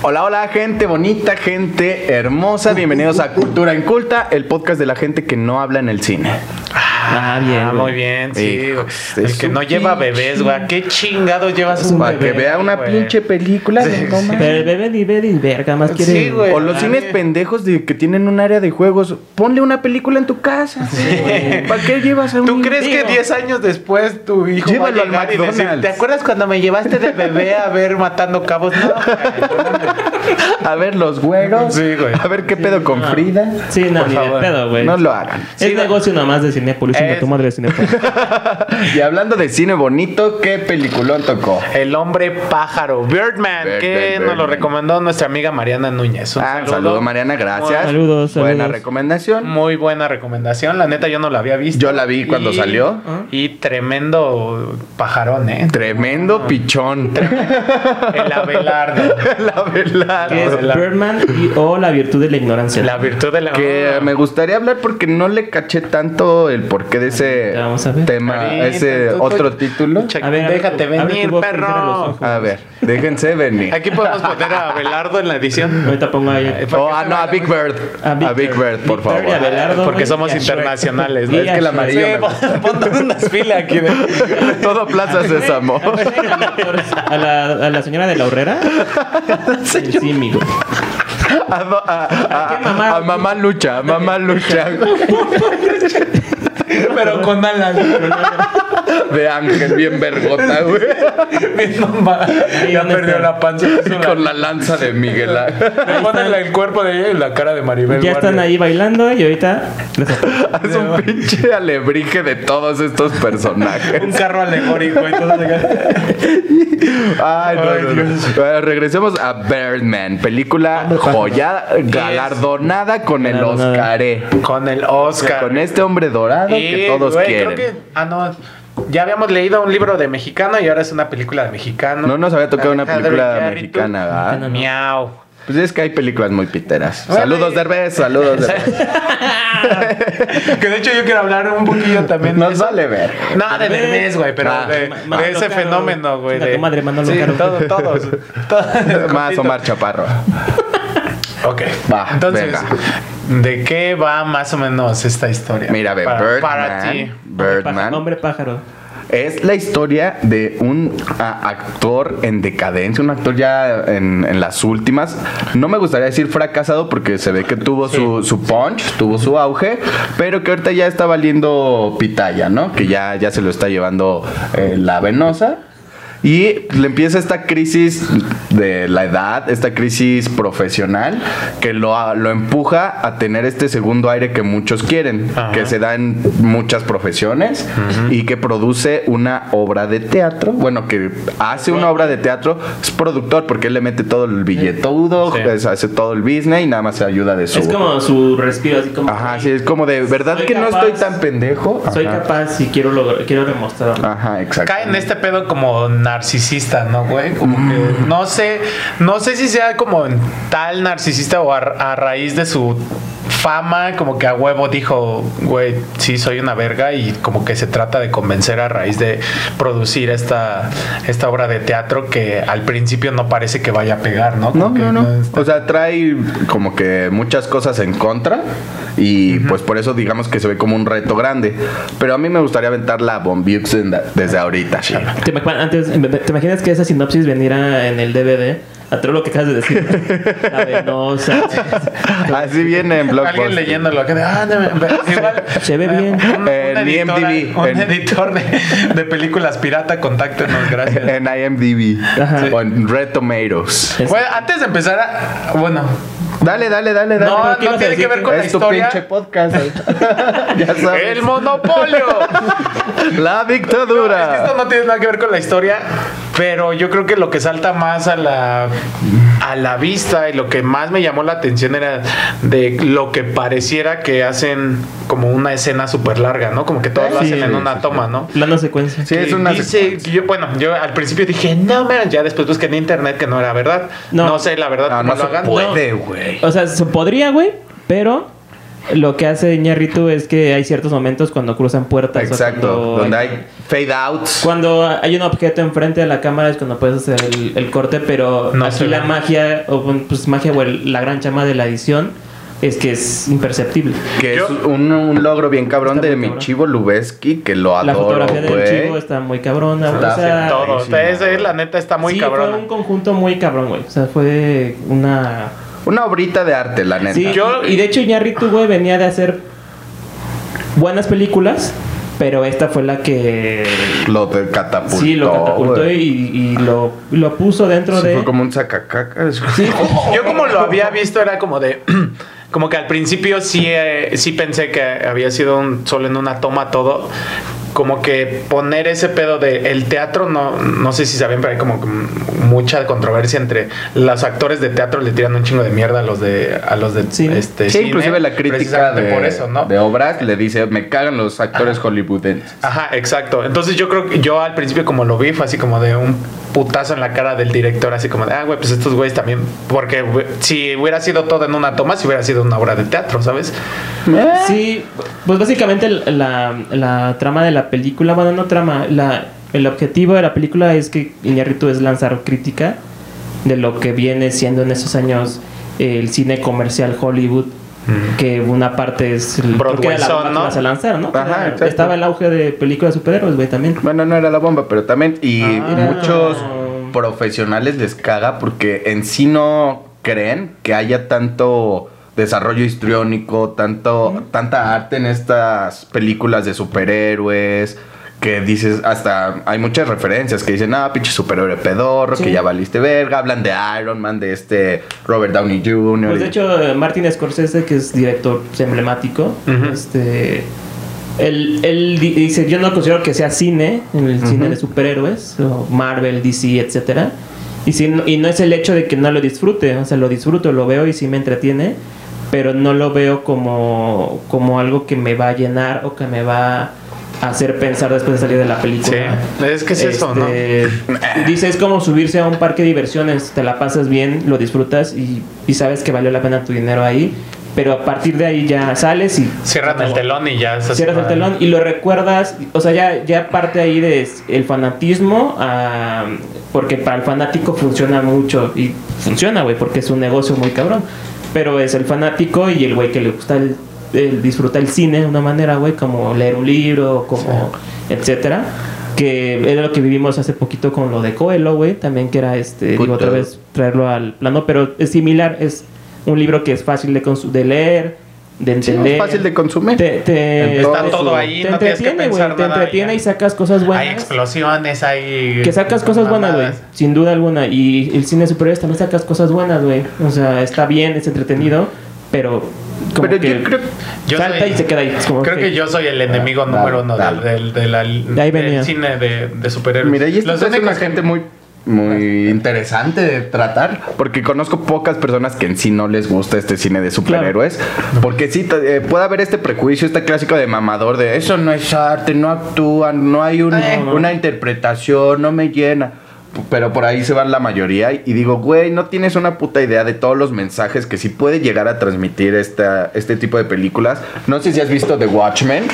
Hola, hola, gente bonita, gente hermosa. Bienvenidos a Cultura Inculta, el podcast de la gente que no habla en el cine. Ah, bien. Ah, güey. muy bien, sí. Hijo, güey. este El es que un no lleva pinche- bebés, güey. ¿A ¿Qué chingado llevas un Para que bebé, vea una güey? pinche película. Sí, no sí. mames. Pero el bebé ni ve ni verga, más Sí, quiere. güey. O los Ah, cines sí. pendejos de que tienen un área de juegos. Ponle una película en tu casa. ¿Para qué llevas a un ¿Tú crees que Digo. 10 años después tu hijo Llévalo va a al llegar y decir, McDonald's. ¿Te acuerdas cuando me llevaste de bebé a ver Matando Cabos? No, güey. A ver los güeros. Sí, Ah. güey. A ver qué pedo con no. Frida. Sí, no, Por ni de favor. pedo, güey. No lo hagan. Es Sí, no. negocio nada más de Cinepolis. chinga Es- tu madre de Cinepolis. Y hablando de cine bonito, ¿qué peliculón tocó? El hombre pájaro, Birdman, Birdman, que nos lo Birdman. recomendó nuestra amiga Mariana Núñez. Un Ah, un saludo Mariana, gracias. Saludos, saludos. Buena recomendación. Muy buena recomendación. La neta, yo no la había visto. Yo la vi cuando salió. Y tremendo pajarón, ¿eh? Tremendo pichón. El Abelardo. la velada. que es la- Birdman y o La virtud de la ignorancia. La virtud de la. Ah, Ah. Que me gustaría hablar porque no le caché tanto el porqué de ese Ya, vamos a ver. tema, Ahorita, ese tú, tú, otro título. Che- A ver, a ver, déjate abre tu venir, boca y perro. cierra los ojos. A ver, déjense venir. Aquí podemos poner a Abelardo en la edición. Ahorita pongo ahí. Oh, ah, no, a Big Bird. A Big A Big Bird. Bird, por Big Bird y a favor. Bel- Abelardo, Porque güey, somos y a Shrek. internacionales, Y ¿no? a Es que el Shrek. amarillo. Sí, me- Pon unas filas aquí. Todo Plaza Sésamo. A la, a la señora de la horrera. Sí, mi güey. A, do- a- a- ¿A qué mamá? a mamá lucha, a mamá lucha Pero con alas. de Ángel, bien vergota, güey. Bien mamada. Ya ¿dónde perdió está? la panza. Y con la lanza de Miguel. Ángel. Pónganle el cuerpo de ella y la cara de Maribel. Ya están Guardia. ahí bailando y ahorita. Es un pinche alebrije de todos estos personajes. Un carro alegórico y todo. Ay, no, Ay, no, no. Bueno, regresemos a Birdman, película joyada, galardonada con el Galardonada. Oscaré. Con el Oscar. Con este hombre dorado que todos Eh, güey, quieren. Creo que, ah, no. Ya habíamos leído un libro de mexicano y ahora es una película de mexicano. No nos había tocado una Alejandro película Iñárritu. mexicana, ¿verdad? Miau. Pues es que hay películas muy piteras. Bueno, Saludos, y- Derbez, saludos, Derbez. Que de hecho yo quiero hablar un poquillo también. de Nos eso. vale ver. No, de Derbez, güey, pero Ah. de, Ma- de Manolo ese Caro. fenómeno, güey. Chinga De, tu madre, Manolo sí, Caro. todo- todos, todos. Más Omar Chaparro. Ok, Va, Entonces, venga. ¿de qué va más o menos esta historia? Mira, ve, para, Birdman. Para ti. Birdman. Hombre pájaro. Es la historia de un a, actor en decadencia, un actor ya en, en las últimas. No me gustaría decir fracasado porque se ve que tuvo su, su punch, tuvo su auge, pero que ahorita ya está valiendo pitaya, ¿no? Que ya, ya se lo está llevando eh, la venosa. Y le empieza esta crisis de la edad, esta crisis profesional, que lo, lo empuja a tener este segundo aire que muchos quieren, Ajá. que se da en muchas profesiones y que produce una obra de teatro. Bueno, que hace una obra de teatro, es productor porque él le mete todo el billetudo, Sí. pues, hace todo el business y nada más se ayuda de su. Es como su respiro, así como. Ajá, que sí, es como de verdad Soy que no capaz. estoy tan pendejo. Soy Ajá. capaz y quiero, lograr, quiero demostrarlo. Ajá, exacto. Cae en este pedo como narcisista, ¿no, güey? Como que no sé, no sé si sea como tal narcisista o a, a raíz de su fama, como que a huevo dijo, güey, sí, soy una verga y como que se trata de convencer a raíz de producir esta, esta obra de teatro que al principio no parece que vaya a pegar, ¿no? Como No, que no, no. está- O sea, trae como que muchas cosas en contra y pues por eso digamos que se ve como un reto grande. Pero a mí me gustaría aventar la Bombiux en la- desde ahorita. sí. ¿Te, ima- antes, ¿Te imaginas que esa sinopsis veniera en el DVD? A todo lo que acabas de decir. La venosa. Así viene en Blogpost. Alguien leyéndolo que de, ah, no, me- igual, Se ve eh, bien. un- un En editor- IMDb, un en- editor de, de películas pirata, contáctenos, gracias. En IMDb Ajá. o en Red Tomatoes. Es- Bueno, antes de empezar, a- bueno, Dale, dale, dale, dale. no, ¿qué ibas no a tiene decir? que ver con la es tu historia. pinche podcast. ya sabes. El monopolio. La Es que dictadura. esto no tiene nada que ver con la historia, pero yo creo que lo que salta más a la a la vista y lo que más me llamó la atención era de lo que pareciera que hacen como una escena súper larga, ¿no? Como que todos lo Sí, hacen en sí, una sí. toma, ¿no? Plano secuencia. Sí, es Que una dice, que yo, bueno, yo al principio dije, no, man, ya después busqué en internet que no era verdad. No. No, sé, la verdad, No, cómo no lo se hagan. puede, güey. O sea, se podría, güey, pero lo que hace Iñarritu es que hay ciertos momentos cuando cruzan puertas. o Exacto, cuando donde hay fade outs. Cuando hay un objeto enfrente de la cámara es cuando puedes hacer el, el corte, pero No se aquí ve. la magia, o pues magia o el- la gran chama de la edición, es que es imperceptible. Que Yo- es un, un logro bien cabrón Está de muy mi cabrón. chivo Lubeski, que lo la adoro, fotografía del güey. chivo está muy cabrona. Está o sea, aceptado. Todo. Buenísimo. Ese, la neta está muy sí, cabrona. fue un conjunto muy cabrón, güey. O sea, fue una... Una obrita de arte, la neta. Sí, Yo- y de hecho Iñárritu, güey, venía de hacer buenas películas, pero esta fue la que... Lo de catapultó. sí, lo catapultó y, güey. y lo, lo puso dentro Sí, de... Fue como un sacacaca. Yo como lo había visto era como de... Como que al principio sí, eh, sí pensé que había sido un, solo en una toma todo. Como que poner ese pedo de el teatro, no, no sé si saben, pero hay como que mucha controversia entre los actores de teatro le tiran un chingo de mierda a los de a los de Sí. este, Sí, cine, inclusive la crítica precisamente de, por eso, ¿no? de obras le dice, me cagan los actores hollywoodenses. Ajá, exacto. Entonces yo creo que yo al principio como lo vi fue así como de un putazo en la cara del director, así como de, ah, güey, pues estos güeyes también, porque güey, si hubiera sido todo en una toma, si hubiera sido una obra de teatro, ¿sabes? Eh, Sí, pues básicamente la, la trama de la película, bueno, no trama, la, el objetivo de la película es que Iñárritu es lanzar crítica de lo que viene siendo en esos años el cine comercial Hollywood, que una parte es el Broadway porque era la son, bomba que ¿no? ibas a lanzar, ¿no? Ajá, Era- exacto. estaba el auge de películas de superhéroes, güey, también. Bueno, no era la bomba, pero también. Y Ah. muchos profesionales les caga porque en sí no creen que haya tanto desarrollo histriónico, tanto, tanta arte en estas películas de superhéroes. Que dices, hasta hay muchas referencias que dicen, ah, pinche superhéroe pedorro, Sí. que ya valiste verga. Hablan de Iron Man, de este Robert Downey Jr. Pues de y- hecho, eh, Martin Scorsese, que es director pues, emblemático, Ujú. este, él, él di- dice, yo no considero que sea cine, el cine de superhéroes, o Marvel, DC, etcétera. Y, si no- y no es el hecho de que no lo disfrute, o sea, lo disfruto, lo veo y sí me entretiene, pero no lo veo como, como algo que me va a llenar o que me va a hacer pensar después de salir de la película. Este, Sí, es que es eso, ¿no? ¿no? Eh, Dice, es como subirse a un parque de diversiones, te la pasas bien, lo disfrutas y, y sabes que valió la pena tu dinero ahí, pero a partir de ahí ya sales y... Cierran el telón y ya es así, Cierras el ¿no? telón y lo recuerdas, o sea, ya, ya parte ahí de s- el fanatismo, a- porque para el fanático funciona mucho y funciona, güey, porque es un negocio muy cabrón. Pero es el fanático y el güey que le gusta el, el disfruta el cine de una manera, güey, como leer un libro, como etcétera. Que era lo que vivimos hace poquito con lo de Coelho, güey, también que era este, digo, Puta. otra vez traerlo al plano, pero es similar, es un libro que es fácil de, consu- de leer, de Sí, entender. es fácil de consumir. Te, te- Está te- todo ahí, te no tienes que entretiene, güey, pensar Te nada, entretiene ya. y sacas cosas Hay buenas. explosiones, hay... Que sacas cosas buenas, güey. mamadas. Sin duda alguna. Y el cine superior también sacas cosas buenas, güey. O sea, está bien, es entretenido, pero. Como Pero que yo creo- yo salta soy- y se queda ahí. Es como Creo que yo soy el enemigo Dale, número uno del, dale. del- de la- ahí del venía. cine de, de superhéroes. Mira, y este esta Los es una únicos que- gente muy, muy interesante de tratar, porque conozco pocas personas que en sí no les gusta este cine de superhéroes, porque sí, t- eh, puede haber este prejuicio, este clásico de mamador de eso no es arte, no actúan, no hay un- una interpretación, no me llena. P- Pero por ahí se van la mayoría y digo, güey, no tienes una puta idea de todos los mensajes que sí puede llegar a transmitir esta, este tipo de películas. No sé si has visto The Watchmen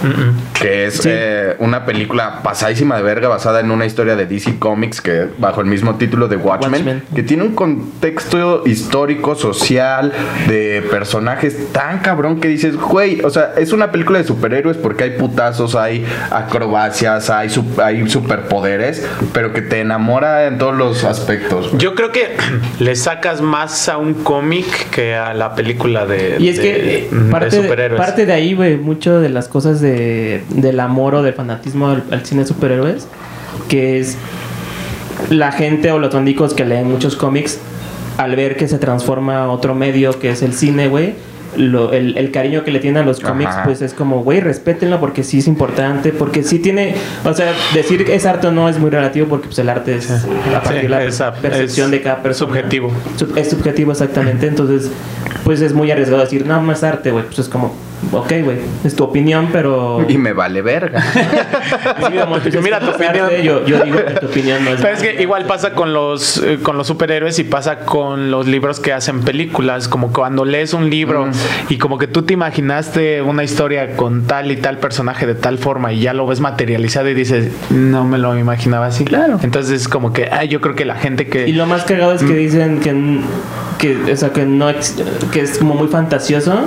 Mm, que es Sí. eh, una película pasadísima de verga basada en una historia de DC Comics que bajo el mismo título de Watchmen, Watchmen. que tiene un contexto histórico, social, de personajes tan cabrón que dices, güey, o sea, es una película de superhéroes porque hay putazos, hay acrobacias, hay, sup- hay superpoderes, pero que te enamora en todos los aspectos. Yo creo que le sacas más a un cómic que a la película de, Y es de- mm, que eh, de parte, de, superhéroes. parte de ahí, güey, mucho de las cosas de, del amor o del fanatismo al, al cine de superhéroes, que es la gente o los bandicos que leen muchos cómics, al ver que se transforma a otro medio que es el cine, güey, lo- el, el cariño que le tienen a los cómics, Ajá. pues es como, güey, respétenlo porque sí es importante, porque sí tiene, o sea, decir que es arte o no es muy relativo porque pues el arte es a partir de la es a- percepción es de cada persona. subjetivo. Sub- Es subjetivo exactamente, entonces pues es muy arriesgado decir, no, más arte, güey, pues es como, ok, güey, es tu opinión, pero... Y me vale verga. así como tú dices Mira que tu no es arte, opinión. Yo, yo digo que tu opinión no es... Pero es que válida. igual pasa con los eh, con los superhéroes y pasa con los libros que hacen películas, como cuando lees un libro Mm. y como que tú te imaginaste una historia con tal y tal personaje de tal forma y ya lo ves materializado y dices, no me lo imaginaba así. Claro. Entonces como que, ah, yo creo que la gente que Y lo más cagado es que Mm. dicen que, n- que, o sea, que, no, ex- que es como muy fantasioso,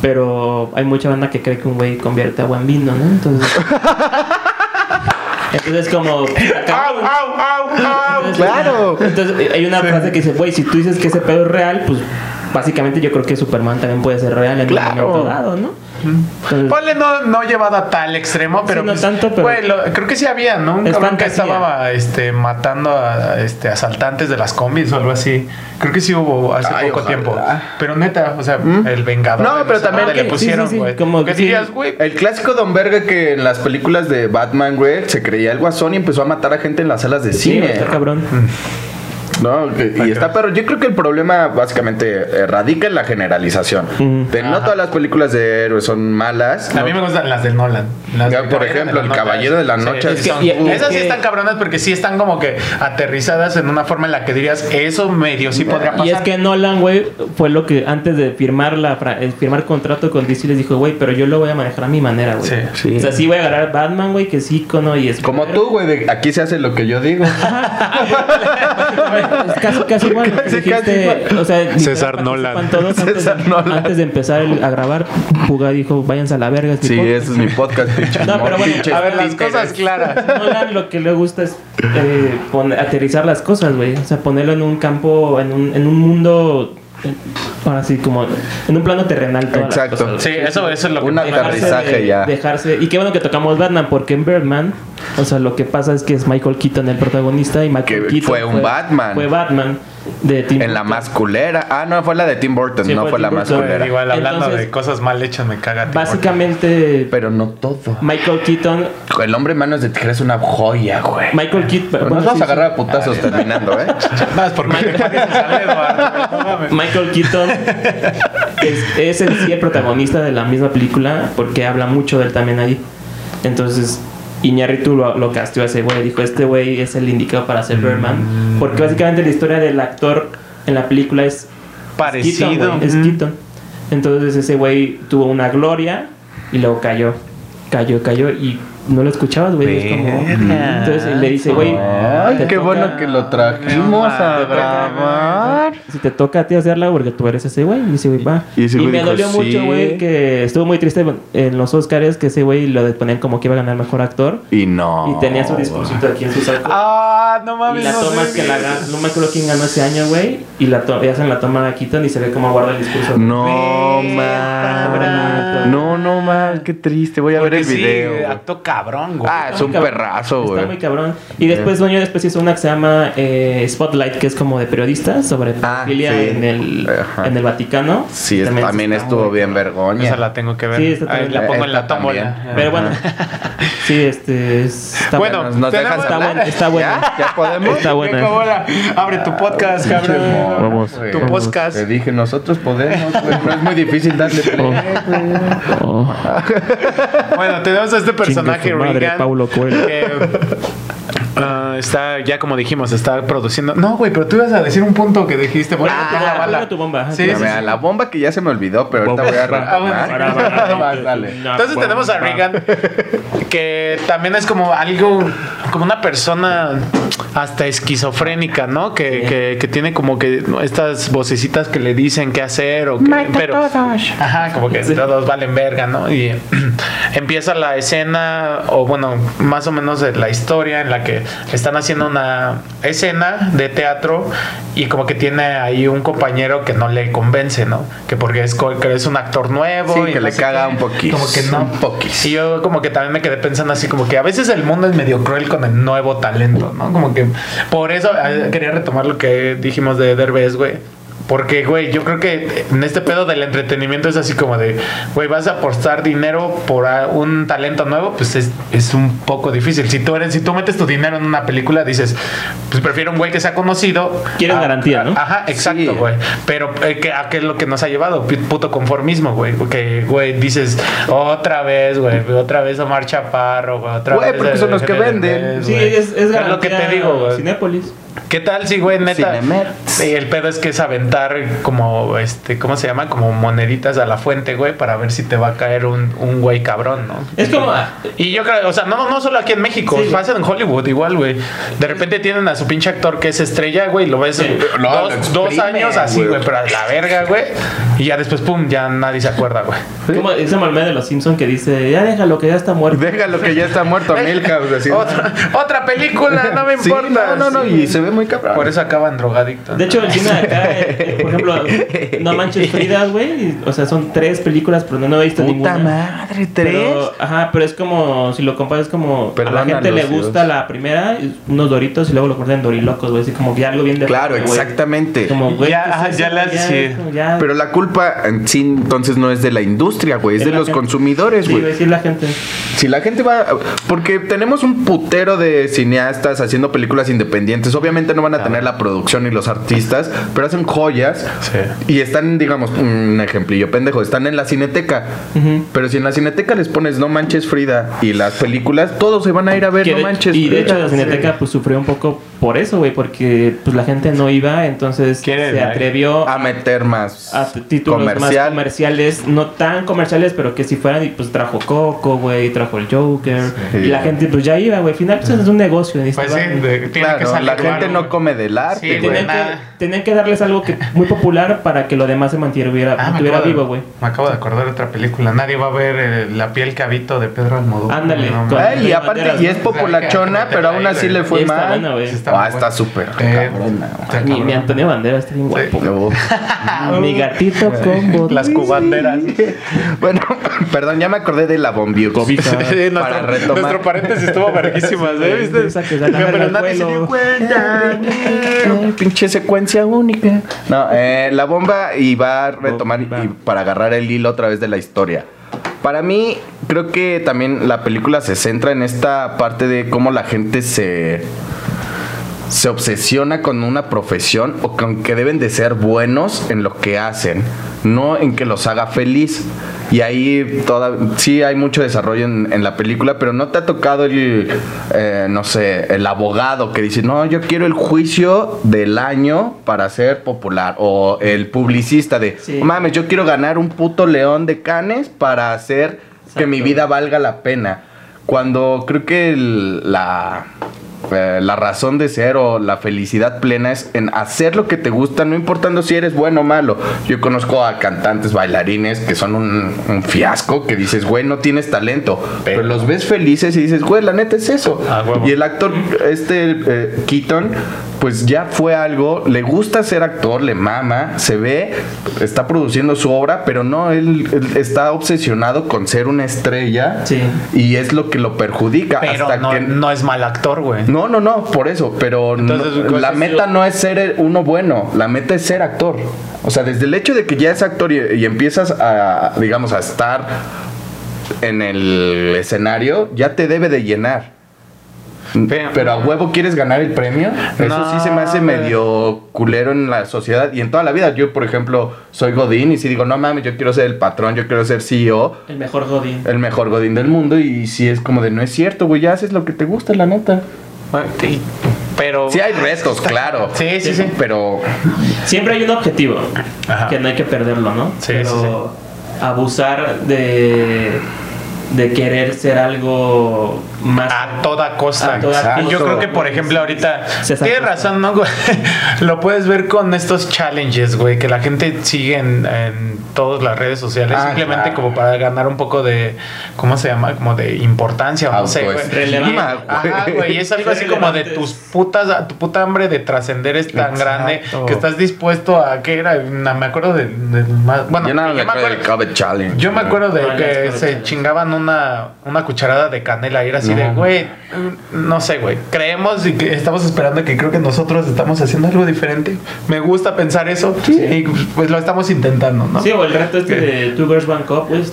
pero hay mucha banda que cree que un güey convierte agua en vino, ¿no? Entonces... Entonces como... pues, ¡Au, au, au, au! ¡Claro! Entonces eh, hay una frase que dice, güey, si tú dices que ese pedo es real, pues básicamente yo creo que Superman también puede ser real en Claro. un momento dado, ¿no? Entonces, Ponle no, no llevado a tal extremo, pero, pues, no tanto, pero- güey, lo- creo que sí había, ¿no? Un Es cabrón que fantasía. estaba este, matando a este, asaltantes de las combis o algo así. Creo que sí hubo hace Ay, poco ojalá. tiempo. Pero neta, o sea, ¿Mm? el vengador. No, de pero sé también dónde que- le sí, pusieron, sí, sí, güey. como que sí. dirías, güey. El clásico don verga que en las películas de Batman, güey, se creía el guasón y empezó a matar a gente en las salas de sí, cine. Mm. está cabrón. No, que- y está pero Yo creo que el problema básicamente eh, radica en la generalización. Mm. De no todas las películas de héroes son malas. A ¿no? mí me gustan las del Nolan. Las Ya, del por Caballero de ejemplo, la El Noche. Caballero de la Sí, Noche. es que- son- y- y- Esas sí que- están cabronas porque sí están como que aterrizadas en una forma en la que dirías, eso medio sí podría pasar. Y es que Nolan, güey, fue lo que antes de firmar la fra- el firmar contrato con DC les dijo, güey, pero yo lo voy a manejar a mi manera, güey. Sí, sí. O sea, sí voy a agarrar Batman, güey, que es ícono y es... Como tú, güey, de aquí se hace lo que yo digo. Es casi, casi igual. lo que Casi, dijiste, casi igual. o sea, literal, César participan Nolan. todos antes, César de, Nolan. antes de empezar el- a grabar, Puga dijo, váyanse a la verga. este Sí, podcast". ese es mi podcast, pinche No, pero amor, bueno, pinche- A ver, las títeres. cosas claras. Nolan lo que le gusta es eh, pon- aterrizar las cosas, güey. O sea, ponerlo en un campo, en un, en un mundo, eh, ahora sí, como en un plano terrenal. todas las Exacto. cosas, Sí, güey. eso, eso es lo que Una me Dejarse aterrizaje de- ya. Dejarse. Y qué bueno que tocamos Batman, porque en Birdman, o sea, lo que pasa es que es Michael Keaton el protagonista y Michael Que Keaton fue un Batman. Fue Batman de Tim En la Burton. más culera. Ah, no, fue la de Tim Burton, Sí, no fue fue la Tim más Burton. culera. Igual hablando Entonces, de cosas mal hechas, me caga. Tim Básicamente, Pero no todo. Michael Keaton. El hombre manos de tijera es una joya, güey. Michael Keaton. Pero bueno, nos sí, vamos a sí. agarrar a putazos terminando, ¿eh? Burton. Más porque te pareces a Eduardo. ah, No mames. Michael Keaton es, es en sí el protagonista de la misma película porque habla mucho de él también ahí. Entonces, Iñárritu lo, lo casteó a ese güey. Dijo, este güey es el indicado para ser Mm. Birdman. Porque básicamente la historia del actor en la película es Parecido. Keaton, güey, es Mm. Keaton. Entonces ese güey tuvo una gloria y luego cayó. Cayó, cayó y no lo escuchabas, güey. Es como... Verga. Entonces le dice, güey... Ay, te qué toca- bueno que lo trajimos a Te toca- grabar. si te toca a ti hacerla porque tú eres ese güey. Y ese güey va. Y Y, ese güey me dijo, dolió "Sí". mucho, güey, que estuvo muy triste en los Oscars que ese güey lo ponían como que iba a ganar mejor actor. Y no. y tenía su discursito aquí en su saco. Ah, no y mames. la no toma sé. es que la gan- no me acuerdo quién ganó ese año, güey. Y la to- y hacen la toma de Keaton y se ve cómo guarda el discurso. No Ve, más. cabrón. No, no más. Qué triste. Voy a ver Porque el sí, video. güey. Acto cabrón, güey. ah, es un perrazo, Está muy güey. cabrón. Y después, dueño, después hizo una que se llama eh, Spotlight, que es como de periodistas sobre Ah, pedofilia sí. en, el, Ajá. en el Vaticano. Sí, es- También también, está estuvo muy bien vergoña. Esa la tengo que ver. Sí, esta Ahí también. la pongo en la Esta tómbola. también. Pero bueno, sí, este. Está Bueno, Nos, nos Tenemos- dejas Está hablar. buena, está buena. ¿Ya? ¿Ya podemos? Está buena. Ah, Venga, hola. Abre tu podcast, cabrón. Vamos. Tu Vamos. podcast. Te dije, nosotros podemos, güey. No es muy difícil darle play. Oh. Oh. Bueno, tenemos a este personaje, su madre, Regan, Paulo Coelho. que, ah, está, ya como dijimos, está produciendo. No, güey, pero tú ibas a decir un punto que dijiste. Bueno, Ah, tu bomba, bueno, la- tu bomba. Sí, Ya sí, vean, sí. La bomba que ya se me olvidó, pero ahorita voy a Ah, bueno, para, retomar. No más, dale. Entonces tenemos a Regan, que también es como algo, como una persona hasta esquizofrénica, ¿no? Que, que- que tiene como que estas vocecitas que le dicen qué hacer o que, pero, Ajá, como que todos valen verga, ¿no? Y empieza la escena, o bueno, más o menos de la historia en la que están haciendo una escena de teatro y como que tiene ahí un compañero que no le convence, ¿no? Que porque es, co- que es un actor nuevo. Sí, y que no le sé caga qué. un poquito. Como que no. Un poquis. Y yo como que también me quedé pensando así como que a veces el mundo es medio cruel con el nuevo talento, ¿no? Como que por eso eh, quería retomar lo que dijimos de Derbez, güey. Porque, güey, yo creo que en este pedo del entretenimiento es así como de, güey, vas a apostar dinero por a- un talento nuevo, pues es, es un poco difícil. Si tú eres, si tú metes tu dinero en una película, dices, pues prefiero un güey que sea conocido. Quiero A- garantía, ¿no? Ajá, Sí. exacto, güey. Pero eh, que- a qué es lo que nos ha llevado, Pi- puto conformismo, güey. Que, güey, dices, otra vez, güey, otra vez Omar Chaparro, güey, otra Güey, vez. porque son los que Eugenio venden. Derbez, Sí, güey. es, es Es lo que te digo, güey. Cinépolis. ¿Qué tal si, güey, neta? Cinemex. Sí, el pedo es que es aventar como, este, ¿cómo se llama? Como moneditas a la fuente, güey, para ver si te va a caer un, un güey cabrón, ¿no? Es como. Y yo creo, o sea, no, no solo aquí en México, Sí, güey. pasa en Hollywood igual, güey. De repente tienen a su pinche actor que es estrella, güey, lo ves Sí. No, dos, lo dos exprimen, años así, güey. güey, pero a la verga, güey. Y ya después, pum, ya nadie se acuerda, güey. Como ese meme de los Simpsons que dice: Ya déjalo, que ya está muerto. Déjalo que ya está muerto Milka. o sea, sí. Otra, otra película, no me Sí, no, importa. no, no, Sí, y güey. se ve muy cabrón. Por eso acaban drogadictos. De ¿no? hecho, el cine de acá, eh, eh, por ejemplo, No Manches Frida, güey. y- O sea, son tres películas, pero no, no he visto Puta ninguna. madre, tres. Pero, ajá, pero es como, si lo comparas, es como a la gente Perdónalos, le gusta Dios. la primera, y unos doritos y luego lo cortan en dorilocos, güey. Así como que algo bien de. Claro, güey. exactamente. Como, güey, Ya, ¿qué es ajá, eso? ya las- sí. es como, ya- Pero la culpa en sí entonces no es de la industria, güey, es Es de la los gente. consumidores, sí, pues, güey. güey, sí, la gente. Si la gente va. Porque tenemos un putero de cineastas haciendo películas independientes. Obviamente no van a tener la producción y los artistas, pero hacen joyas. Sí. Y están, digamos, un ejemplillo pendejo. Están en la cineteca. Ujú. Pero si en la cineteca les pones No Manches Frida y las películas, todos se van a ir a ver Que No de- Manches Ah, y de Frida. hecho la Cineteca pues sufrió un poco por eso, güey, porque pues la gente no iba, entonces Quieren, se ¿no? atrevió A meter más. a t- títulos más comercial. comerciales, no tan comerciales, pero que si fueran, y pues trajo Coco, güey, trajo el Joker, Sí. y la gente pues ya iba, güey, al final pues es un negocio, en Pues sí, de- tiene que Claro, salir la gente algo, no güey. come del arte, Sí, güey. Tenían que, nada. tenían que darles algo que muy popular para que lo demás se mantuviera, Ah, me mantuviera acabo de- vivo, güey. Me acabo de acordar de otra película. Nadie va a ver eh, La piel cabito de Pedro Almodóvar. Ándale, No, con- mames. Ay, y aparte, y es populachona, pero aún así le Y fue está mal. buena, güey. Sí, está Ah, muy está buena. súper Eh, cabrona, güey. está Mi, mi cabrón. Antonio Bandera está bien guapo. Oh. Mi gatito combo. Las cubanderas. Bueno, perdón, ya me acordé de la Bombiux. Cobiza. Ah, Para Sí, nuestro, retomar. nuestro paréntesis estuvo verguísima, ¿eh? ¿Viste? Esa que se la agarra pero al nadie se vuelo. dio cuenta. Eh, Pinche secuencia única. No, eh, la bomba y va a retomar y- y para agarrar el hilo otra vez de la historia. Para mí, creo que también la película se centra en esta parte de cómo la gente se se obsesiona con una profesión o con que deben de ser buenos en lo que hacen, no en que los haga feliz. Y ahí toda, sí hay mucho desarrollo en, en la película, pero no te ha tocado el, eh, no sé, el abogado que dice, no, yo quiero el juicio del año para ser popular. O el publicista de, Sí. mames, yo quiero ganar un puto león de canes para hacer que mi vida valga la pena. Cuando creo que el- la, eh, la razón de ser o la felicidad plena es en hacer lo que te gusta, no importando si eres bueno o malo. Yo conozco a cantantes, bailarines que son un, un fiasco, que dices, güey, no tienes talento, pero, Pero- los ves felices y dices, güey, la neta es eso. Ah, huevo. Y el actor, este eh, Keaton, pues ya fue algo, le gusta ser actor, le mama, se ve, está produciendo su obra, pero no, él, él está obsesionado con ser una estrella Sí. y es lo que lo perjudica Pero hasta no, que... no es mal actor, güey. No, no, no, por eso, pero no- Entonces, ¿cuál la es meta no es ser el- uno bueno, la meta es ser actor. O sea, desde el hecho de que ya es actor y, y empiezas a, digamos, a estar en el escenario, ya te debe de llenar. Pero- Pero a huevo quieres ganar el premio. Eso No, sí se me hace güey. medio culero en la sociedad y en toda la vida. Yo, por ejemplo, soy Godín y si digo, no mames, yo quiero ser el patrón, yo quiero ser CEO, El mejor Godín. el mejor Godín del mundo. Y si es como de, no es cierto, güey, ya haces lo que te gusta, la neta. Sí, Ah, Pero. Sí hay retos, claro. Sí, sí, sí. Pero Siempre hay un objetivo Ajá. que no hay que perderlo, ¿no? Sí, Pero sí, abusar de, de querer ser algo más. A toda costa. A toda Exacto. Y yo costa. creo que, por ejemplo, ahorita. Se está Tienes costa. razón, ¿no? güey? Lo puedes ver con estos challenges, güey, que la gente sigue en, en todas las redes sociales. Ah, simplemente claro. como para ganar un poco de. ¿Cómo se llama? Como de importancia, o no sé, güey. Autoestima, Y- güey. Ajá, güey. Y es algo Ser así como de relevantes. tus putas. Tu puta hambre de trascender es tan Exacto. grande que estás dispuesto a. ¿Qué era? Na- Me acuerdo del. del más- bueno, yo nada que me acuerdo del COVID Challenge. yo me acuerdo de Ah, las que cucarachas. se chingaban una, una cucharada de canela y era así así de, güey, no sé, güey. Creemos y que estamos esperando que creo que nosotros estamos haciendo algo diferente. Me gusta pensar eso y pues, pues, lo estamos intentando, ¿no? Sí, o el reto este de Two Girls One Cup, güey.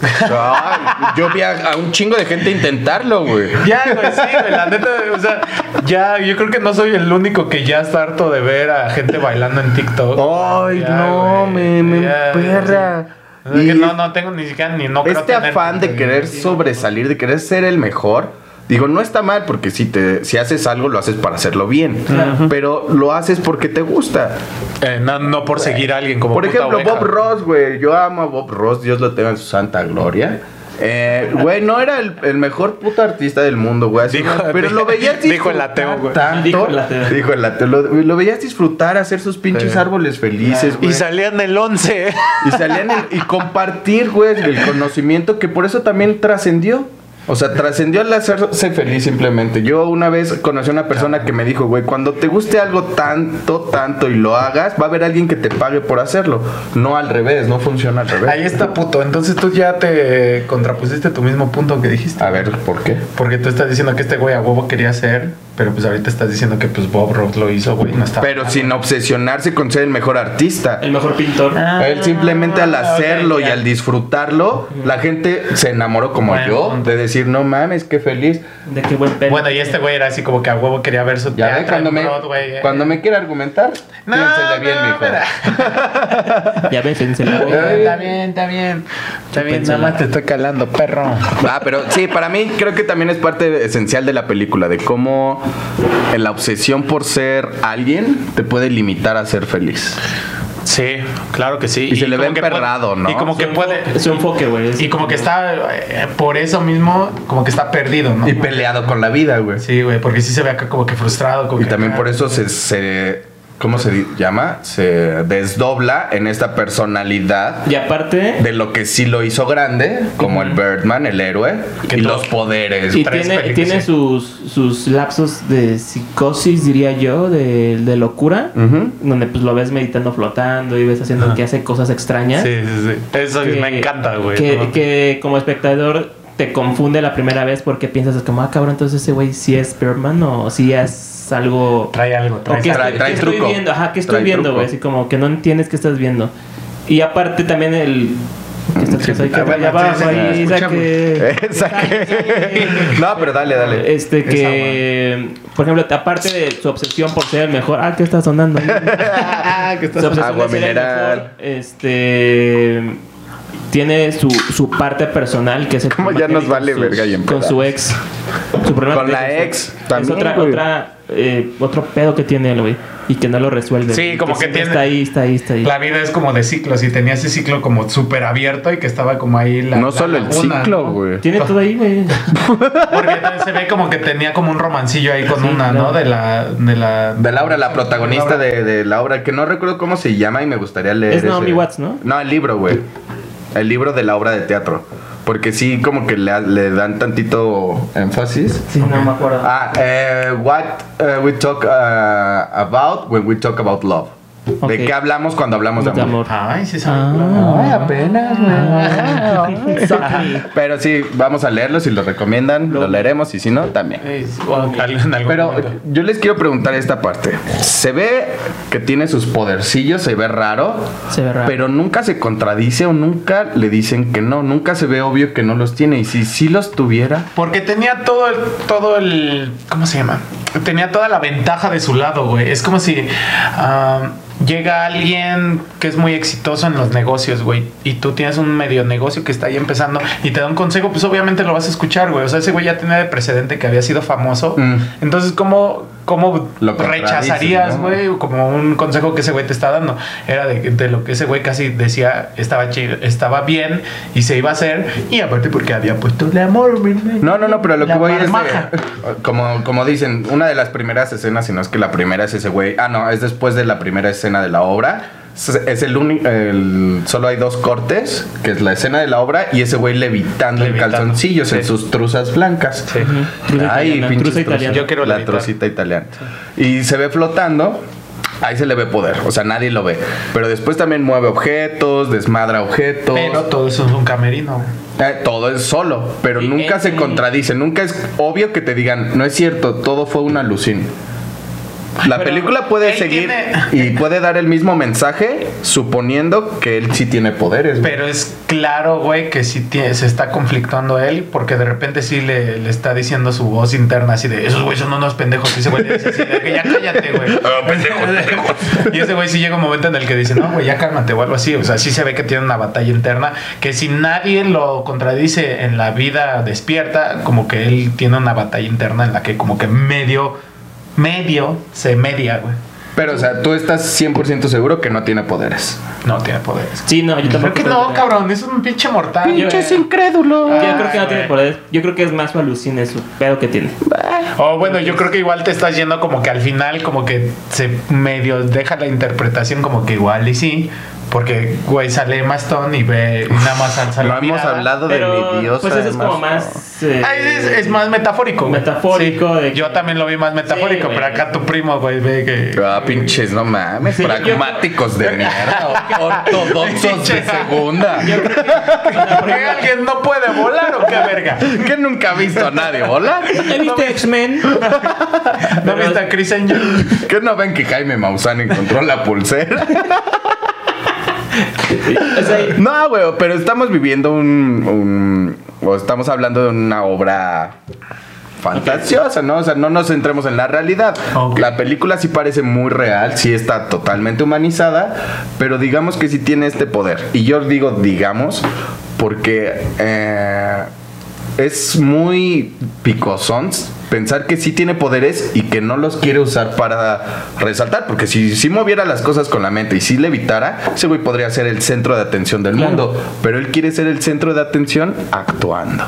Ay, yo vi a, a un chingo de gente intentarlo, güey. Ya, güey, sí, güey, la neta, o sea, ya, yo creo que no soy el único que ya está harto de ver a gente bailando en TikTok. Ay, Ya, no, güey, me, me ya, perra. sí. O sea, que Y- no, no tengo ni siquiera ni no creo este tener- afán de querer sobresalir, de querer ser el mejor, digo, no está mal porque si te si haces algo lo haces para hacerlo bien, pero lo haces porque te gusta. Eh, no, no por seguir a alguien como Por puta ejemplo, oveja. Bob Ross, güey, yo amo a Bob Ross, Dios lo tenga en su santa gloria. Eh, güey, no era el, el mejor puto artista del mundo, güey. así, Dijo- pero lo veías dijo el disfrutar ateo, güey. tanto. Dijo el ateo. Dijo el ateo, Lo, lo veías disfrutar, hacer sus pinches Sí. árboles felices, güey. Y salían el 11. Y salían el- y compartir, güey, el conocimiento que por eso también trascendió. O sea, trascendió al hacerse feliz simplemente. Yo una vez conocí a una persona que me dijo, güey, cuando te guste algo tanto, tanto y lo hagas, va a haber alguien que te pague por hacerlo. No al revés, no funciona al Ahí revés. está, puto. Entonces tú ya te contrapusiste tu mismo punto que dijiste. A ver, ¿por qué? Porque tú estás diciendo que este güey a huevo quería hacer, pero pues ahorita estás diciendo que pues Bob Ross lo hizo, güey, no está. Pero sin obsesionarse con ser el mejor artista. El mejor pintor. Él simplemente al Ah, ok, hacerlo y ya. al disfrutarlo, la gente se enamoró como Bueno, yo de decir, no mames, qué feliz. De qué buen pelo. Bueno, y este güey era así como que a huevo quería ver su Ya ve, teatro cuando en me, Broadway, eh. cuando me quiera argumentar, No, piénsele bien, no, mijo. mira. Ya ves, en Ay. Está bien, está bien. Está bien, nada más te estoy calando, perro. Ah, pero sí, para mí creo que también es parte esencial de la película, de cómo la obsesión por ser alguien te puede limitar a ser feliz. Sí, claro que sí. Y se le como ve que puede- emperrado, ¿no? Y como que puede. Es un enfoque, güey. es- Y como que está, eh, por eso mismo, como que está perdido, ¿no? Y peleado con la vida, güey. Sí, güey, porque sí se ve acá como que frustrado. como Y que también acá- por eso se, se- ¿cómo se di- llama? Se desdobla en esta personalidad Y aparte, de lo que sí lo hizo grande, como el Birdman, el héroe, Que y todo- los poderes. y tres tiene, películas, tiene sí. sus, sus lapsos de psicosis, diría yo, de, de locura. Ujú. Donde pues lo ves meditando flotando y ves haciendo que hace cosas extrañas. Sí, sí, sí. Eso que- me encanta, güey. Que, ¿no? que como espectador te confunde la primera vez porque piensas es como, ah, cabrón, entonces ese güey sí es Birdman o si es algo... Trae algo, o trae qué trae- estoy- trae qué estoy truco. viendo? Ajá, ¿qué estoy Trae viendo, truco. güey? Así como que no entiendes qué estás viendo. Y aparte también el... Que estás que Ah, bueno, trae abajo sí, sí, ahí, escuchamos. saque- saque- no, pero dale, dale. Este que, por ejemplo, aparte de su obsesión por ser el mejor, ah, que está sonando. Ah, Su obsesión Agua de ser el mineral. mejor, este tiene su, su parte personal que es el Como problema ya que nos tiene vale con verga y en con pedas. su ex. Su problema Con que la tiene su ex también, es otra, güey. otra, eh, otro pedo que tiene el güey y que no lo resuelve. Sí, Y como que siempre tiene- está ahí, está ahí, está ahí. La vida es como de ciclos y tenía ese ciclo como súper abierto y que estaba como ahí la. No la solo el laguna, ciclo, ¿no? güey. Tiene todo ahí, güey. Porque también se ve como que tenía como un romancillo ahí con Sí, una, claro. ¿no? De la. De la. De Laura, la protagonista Laura. de, de la obra, que no recuerdo cómo se llama y me gustaría leer. Es Naomi ese- Watts, ¿no? No, el libro, güey. El libro de la obra de teatro. Porque sí, como que le, le dan tantito énfasis. Sí, no me acuerdo. Ah, eh, what eh, we talk ah, about when we talk about love. ¿De Ok. qué hablamos cuando hablamos de de amor? amor. Ay, sí, sabe. Ah. Ay, apenas, Sorry. Pero sí, vamos a leerlo si lo recomiendan, lo leeremos y si no, también. güey. Es- o en algún- en algún Pero momento. yo les quiero preguntar esta parte. Se ve que tiene sus podercillos, se ve raro, Se ve raro. pero nunca se contradice o nunca le dicen que no, nunca se ve obvio que no los tiene. Y si sí los tuviera, Porque tenía todo el, todo el. ¿Cómo se llama? Tenía toda la ventaja de su lado, güey. Es como si ah, llega alguien que es muy exitoso en los negocios, güey. Y tú tienes un medio negocio que está ahí empezando y te da un consejo, pues obviamente lo vas a escuchar, güey. O sea, ese güey ya tenía de precedente que había sido famoso. Mm. Entonces, ¿cómo, cómo Lo contradices, rechazarías, ¿no? güey? Como un consejo que ese güey te está dando. Era de, de lo que ese güey casi decía estaba chido, estaba bien y se iba a hacer. Y aparte porque había puesto el amor, güey. No, no, no, pero lo La que voy es. de- marmaja. como, como dicen, una de las primeras escenas, si no es que la primera es ese güey. Ah, no, es después de la primera escena de la obra. Es- Es el único. el- Solo hay dos cortes, que es la escena de la obra y ese güey levitando, en Levitando. calzoncillos, en Sí. sus truzas blancas. Sí. Truza Ay, italiana, pinches truza truzas. italiana. Yo quiero la levitar. trocita italiana. Y se ve flotando. ahí se le ve poder. O sea, nadie lo ve. Pero después también mueve objetos, desmadra objetos. Pero todo eso es un camerino. Eh, todo es solo, pero Y- nunca eh, se mm. contradice. Nunca es obvio que te digan, no es cierto, todo fue una alucin. La Pero película puede él seguir tiene- y puede dar el mismo mensaje suponiendo que él sí tiene poderes. güey. Pero es claro, güey, que sí tie- se está conflictuando él, porque de repente sí le, le está diciendo su voz interna así de, esos güey son unos pendejos. Y ese güey le dice así de, "Que ya cállate, güey. Ah, pendejos, pendejos. Y ese güey sí llega un momento en el que dice, no, güey, ya cálmate o algo así. O sea, sí se ve que tiene una batalla interna, que si nadie lo contradice en la vida despierta, como que él tiene una batalla interna en la que como que medio, medio se media, güey. Pero, o sea, tú estás 100% seguro que no tiene poderes. No tiene poderes. Sí, no, yo Creo tampoco. que no, cabrón, es un pinche mortal. Yo- Pinches incrédulo! Yo Ay, creo que no tiene Ah. güey. poder. Yo creo que es más su alucine, su pedo que tiene. O Oh, bueno, yo creo que igual te estás yendo como que al final, como que se medio deja la interpretación como que igual y sí, porque güey sale Emma Stone y ve y nada más alza Lo la hemos mirada. hablado de Pero, mi diosa. pues eso es como además. más. eh, Ah, es, es más metafórico. güey. Metafórico Sí, de que- Yo también lo vi más metafórico, Sí, pero güey. acá tu primo, güey, ve que. Ah, pinches, no mames. Sí, yo- pragmáticos de mierda. Ortodoxos de segunda. ¿Que alguien no puede volar o qué verga? Que nunca ha visto a nadie volar. ¿Ya viste X-Men? ¿No Ah. Pero- viste a Chris Angel? Que no ven que Jaime Maussan encontró la pulsera. O sea, No, güey, pero estamos viviendo un, un- O estamos hablando de una obra fantasiosa, ¿no? O sea, no nos centremos en la realidad. Ok. La película sí parece muy real, sí está totalmente humanizada, pero digamos que sí tiene este poder. Y yo digo digamos porque eh, es muy picosón pensar que sí tiene poderes y que no los quiere usar para resaltar, porque si, si moviera las cosas con la mente y si levitara, ese güey podría ser el centro de atención del Claro. mundo, pero él quiere ser el centro de atención actuando.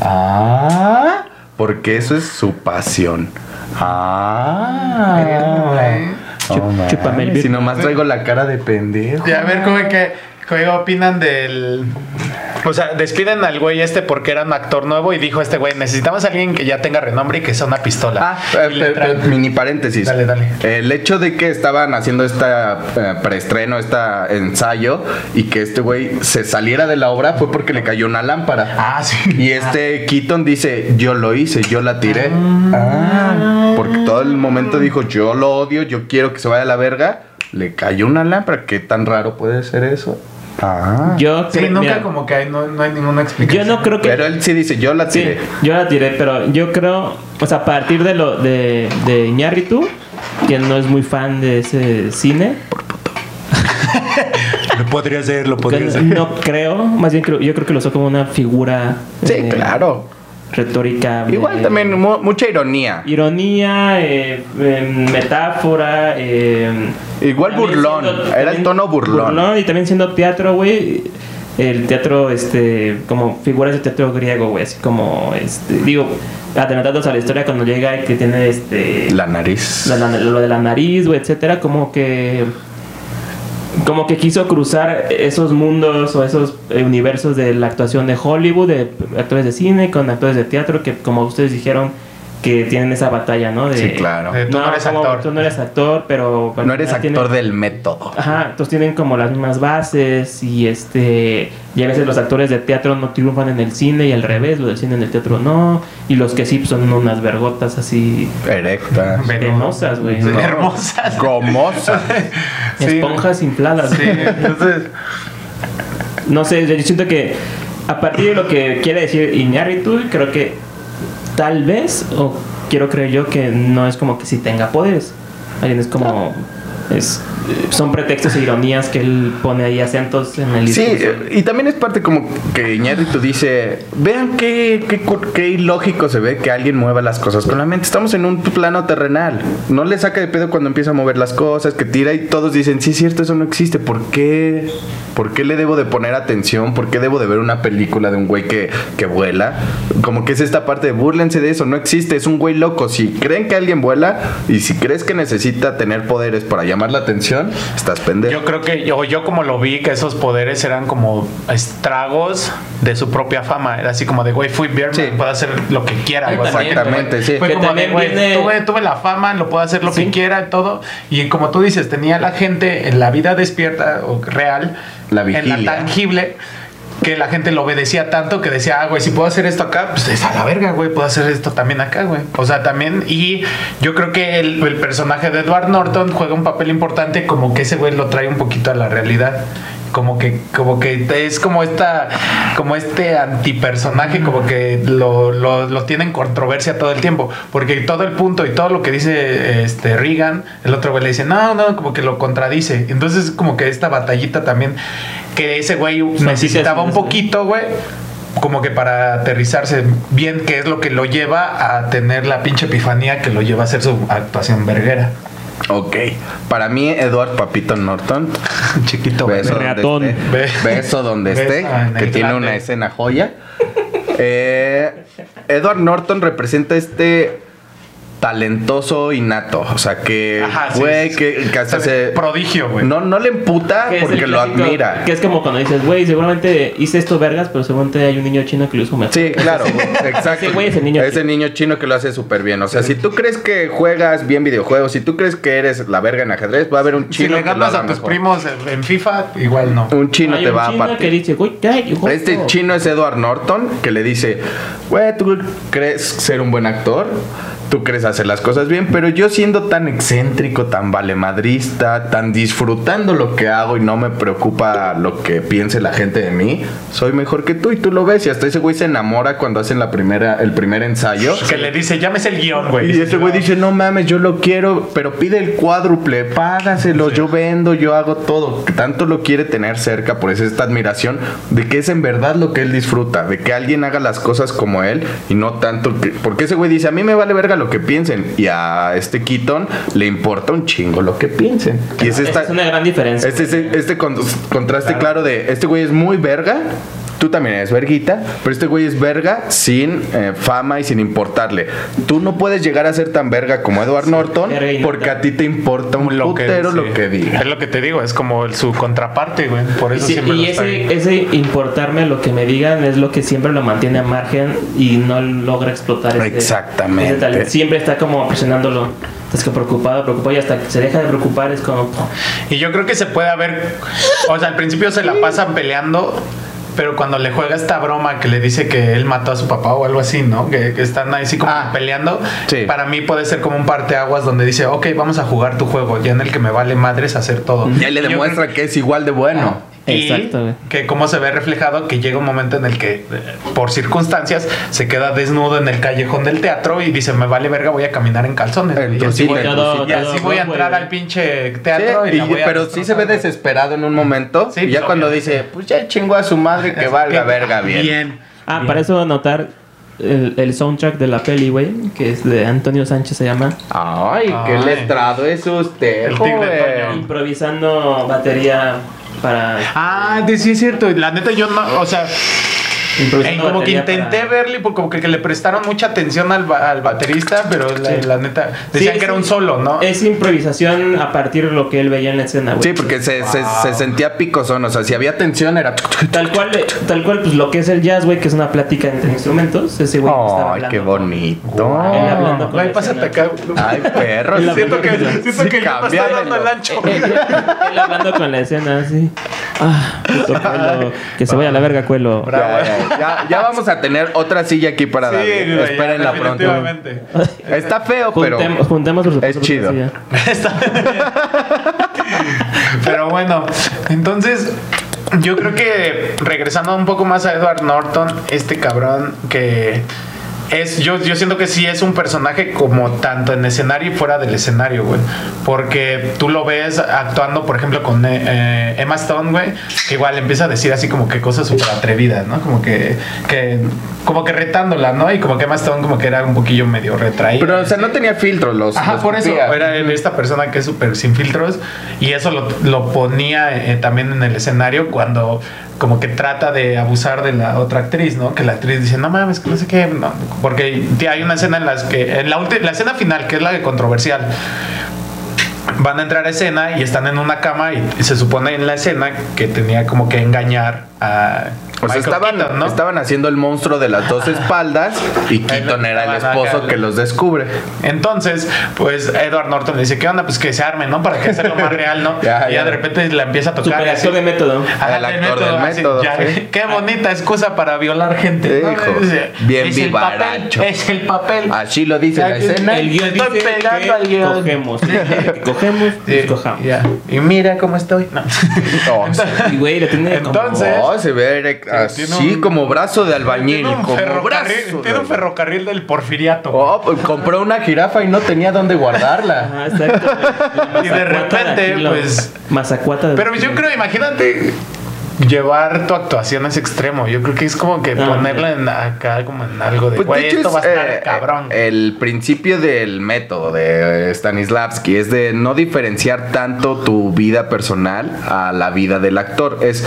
Ah, porque eso es su pasión. Ah, Chup- chúpame el Si virus. nomás traigo la cara de pendejo. Y a ver, ¿cómo que, qué opinan del... O sea, despiden al güey este porque era un actor nuevo y dijo este güey, necesitamos a alguien que ya tenga renombre y que sea una pistola. Ah, eh, Y le pe- traen- pe- mini paréntesis. Dale, dale. El hecho de que estaban haciendo esta eh, preestreno, esta ensayo, y que este güey se saliera de la obra fue porque le cayó una lámpara. Ah, sí. Y este Keaton dice, yo lo hice, yo la tiré. Porque todo el momento dijo, yo lo odio, yo quiero que se vaya a la verga. Le cayó una lámpara, qué tan raro puede ser eso. Ah. yo Sí, creo- nunca mira, como que hay, no, no hay Yo ninguna explicación. no creo que. Pero él sí dice, yo la Sí, tiré. yo la tiré, pero yo creo, o sea, a partir de lo de, de Iñárritu, quien no es muy fan de ese cine, Lo podría ser, lo que no creo, más bien creo- yo creo que lo usó como una figura Sí, eh, claro. retórica. Igual eh, también mu- mucha ironía. Ironía, eh, eh, metáfora. eh, Igual también burlón, era el también tono burlón. Y también siendo teatro, güey. El teatro, este, como figuras de teatro griego, güey. Así como, este, digo, adelantados a la historia cuando llega el que tiene este. La nariz. la- la- lo de la nariz, güey, etcétera. Como que. Como que quiso cruzar esos mundos o esos eh, universos de la actuación de Hollywood, de actores de cine con actores de teatro, que como ustedes dijeron, que tienen esa batalla, ¿no? De, Sí, claro. Eh, Tú no eres como actor. Tú no eres actor, pero. ah, pero No eres tienen- actor del método. Ajá, entonces tienen como las mismas bases y este. Y a veces los actores de teatro no triunfan en el cine y al revés, los del cine en el teatro no. Y los que sí pues, son unas vergotas así. Erecta. Hermosas, güey. Sí, No. Hermosas. Gomosa. Sí. Esponjas infladas. Sí, entonces... No sé, yo siento que a partir de lo que quiere decir Iñárritu, creo que tal vez, o quiero creer yo, que no es como que si tenga poderes. Alguien es como. Es, son pretextos e ironías que él pone ahí acentos en el Sí, discurso. eh, y también es parte como que Iñárritu dice, vean qué, qué, cu- qué ilógico se ve que alguien mueva las cosas con la mente. Estamos en un plano terrenal. No le saca de pedo cuando empieza a mover las cosas, que tira y todos dicen, sí, es cierto, eso no existe. ¿Por qué? ¿Por qué le debo de poner atención? ¿Por qué debo de ver una película de un güey que, que vuela? Como que es esta parte de búrlense de eso, no existe, es un güey loco. Si creen que alguien vuela y si crees que necesita tener poderes para llamar la depresión, estás pendejo. Yo creo que, yo, yo como lo vi, que esos poderes eran como estragos de su propia fama. Era así como de, güey, fui Birdman, Sí. puedo hacer lo que quiera. Ay, güey. O sea, que exactamente, tuve- sí. Fue Que como de, también güey, viene- tuve, tuve la fama, lo puedo hacer lo Sí. que quiera, todo. Y como tú dices, tenía la gente en la vida despierta o real, La en vigilia. la tangible. Que la gente lo obedecía tanto que decía, ah, güey, si puedo hacer esto acá, pues es a la verga, güey, puedo hacer esto también acá, güey. O sea, también, y yo creo que el, el personaje de Edward Norton juega un papel importante, como que ese güey lo trae un poquito a la realidad. Como que, como que este, es como esta, como este antipersonaje, como que lo, lo, lo tiene en controversia todo el tiempo. Porque todo el punto y todo lo que dice este Reagan, el otro güey le dice, no, no, como que lo contradice. Entonces, como que esta batallita también, que ese güey sí te necesitaba un hace- poquito, güey. Como que para aterrizarse bien, que es lo que lo lleva a tener la pinche epifanía que lo lleva a hacer su actuación verguera. Ok. Para mí, Edward Papito Norton, Chiquito. beso donde, Ratón. esté, Be- beso donde Beso esté, en que el tiene glande. una escena joya. Eh, Edward Norton representa este talentoso innato, o sea que Ajá, sí, güey sí, sí. que, que hasta se Prodigio, güey. no no le emputa Que es el Ah, porque lo clásico- admira. Que es como cuando dices, güey, seguramente hice esto vergas, pero seguramente hay un niño chino que lo hizo mejor. Sí, claro, güey, exacto. Ese güey es el niño Ese niño chino que lo hace súper bien. O sea, si tú crees que juegas bien videojuegos, si tú crees que eres la verga en ajedrez, va a haber un si chino le que pues, lo ganas haga a tus mejor. primos en en FIFA, igual no. Un chino Hay te un va chino a que partir. dice, güey, ya, hijo, Este no". chino es Edward Norton que le dice, güey, tú crees ser un buen actor, tú crees hacer las cosas bien, pero yo siendo tan excéntrico, tan valemadrista, tan disfrutando lo que hago y no me preocupa lo que piense la gente de mí, soy mejor que tú y tú lo ves y hasta ese güey se enamora cuando hacen la primera, el primer ensayo. Que le dice, llámese el guión, güey. Y ese güey dice, no mames, yo lo quiero, pero pide el cuádruple, págaselo, yo vendo, yo hago todo. Que Tanto lo quiere tener cerca, por eso esta admiración de que es en verdad lo que él disfruta, de que alguien haga las cosas como él y no tanto que... Porque ese güey dice, a mí me vale verga lo que piensen y a este Keaton le importa un chingo lo que piensen. Y es Esa esta... es una gran diferencia. Este, este, este con- contraste claro. de este güey es muy verga, tú también eres verguita, pero este güey es verga sin eh, fama y sin importarle. Tú no puedes llegar a ser tan verga como Edward Norton verga y porque neta. a ti te importa un Lo que, putero sí. lo que diga. Es lo que te digo, es como el- su contraparte, güey. Por Y, eso sí, siempre y lo está ese, ahí. ese importarme lo que me digan es lo que siempre lo mantiene a margen y no logra explotar ese, Exactamente. ese talento. Siempre está como presionándolo. Estás que preocupado, preocupado y hasta que se deja de preocupar es como... Y yo creo que se puede haber. O sea, al principio se la pasan peleando. Pero cuando le juega esta broma que le dice que él mató a su papá o algo así, ¿no? Que, que están ahí así como peleando. Ah, sí. Para mí puede ser como un parteaguas donde dice, ok, vamos a jugar tu juego, ya en el que me vale madres hacer todo. Y ahí le Yo creo Ah. demuestra que es igual de bueno. Y Exacto, güey. que como se ve reflejado que llega un momento en el que eh, por circunstancias se queda desnudo en el callejón del teatro y dice me vale verga voy a caminar en calzones El y así trocito, voy, el trocito. y así voy a Todo, entrar güey. al pinche Sí, teatro y y- la voy a pero sí se ve destrozar, desesperado en un momento. Sí, y ya pues, cuando obviamente. dice, pues ya chingó a su madre que güey. valga Que- verga bien. Ah, para eso anotar el, el soundtrack de la peli, güey, que es de Antonio Sánchez se llama. Ay, qué Ay. letrado es usted. El tigre joven. Toño. Improvisando batería para... Ah, de- sí es cierto. La neta yo no, o sea, eh, improvisando como que Pues batería intenté para- verle porque como que, que le prestaron mucha atención al, ba- al baterista, pero la, la neta decían Sí, que era sí. un solo, ¿no? Es improvisación a partir de lo que él veía en la escena, güey. Sí, porque se, se- se sentía picosón, o sea, si había tensión era... Tal cual, eh, tal cual, pues lo que es el jazz, güey, que es una plática entre instrumentos. Ese güey que estaba Ay, hablando. Oh, qué Él bonito. hablando con Ay, la pásate escena. acá. Ay, perro. Él Siento hablando que, con la- siento que ya me está cámbiamelo. dando el ancho. Él hablando con la escena, sí. Ah, puto cuelo. Que se vaya a la verga, cuelo. Bravo. Ya, ya, ya- ya vamos a tener otra silla aquí para Sí, David. güey, Espérenla pronto. definitivamente. Está feo, pero... Juntemos, juntemos por supuesto, es chido. porque sí, Pero bueno, entonces yo creo que regresando un poco más a Edward Norton, este cabrón que es, yo, yo siento que sí es un personaje como tanto en escenario y fuera del escenario, güey. Porque tú lo ves actuando, por ejemplo, con eh, eh, Emma Stone, güey. que Igual empieza a decir así como que cosas súper atrevidas, ¿no? Como que, que, como que retándola, ¿no? Y como que Emma Stone como que era un poquillo medio retraída. Pero, o sea, no tenía filtros los... Ajá, los por eso. copia. Era él esta persona que es súper sin filtros. Y eso lo, lo ponía eh, también en el escenario cuando como que trata de abusar de la otra actriz, ¿no? Que la actriz dice, no mames, que no sé qué. no". Porque tía, hay una escena en las que... En la, ulti- la escena final, que es la de controversial. van a entrar a escena y están en una cama y, y se supone en la escena que tenía como que engañar a O sea, Michael estaban, Keaton, ¿no? estaban haciendo el monstruo de las dos espaldas y Keaton era el estaban acá, esposo que el- los descubre. Entonces, pues Edward Norton le dice, ¿qué onda? Pues que se armen, ¿no? Para que hacerlo más real, ¿no? Ya, y ya. ya de repente la empieza a tocar. y así. Superactor de método. Ajá, El actor del así, método, ya, sí. Qué bonita excusa para violar gente. ¿no? Hijo, Dice, bien es el papel, vivaracho. es el papel. Así lo dice la Aquí- escena. El guión Estoy dice pegando que al guión. cogemos. que cogemos, Sí, pues cojamos. ya. Y mira cómo estoy. No. Oh, Y güey, le tiene Entonces- Oh, se ve erect- así Tiene un- como brazo de albañil. Tiene un Como ferrocarril, brazo. de tiene un albañil. ferrocarril del porfiriato. Oh, pues, compró una jirafa y no tenía dónde como... guardarla. Ajá, exacto. güey. La Y de mazacuata repente, aquí, la pues- Mazacuata de- Pero yo creo, imagínate llevar tu actuación a ese extremo. Yo creo que es como que No, ponerla en acá como en algo de, Pues, de güey, hecho, esto es, va a estar eh, cabrón. El principio del método de eh, Stanislavski es de no diferenciar tanto tu vida personal a la vida del actor. Es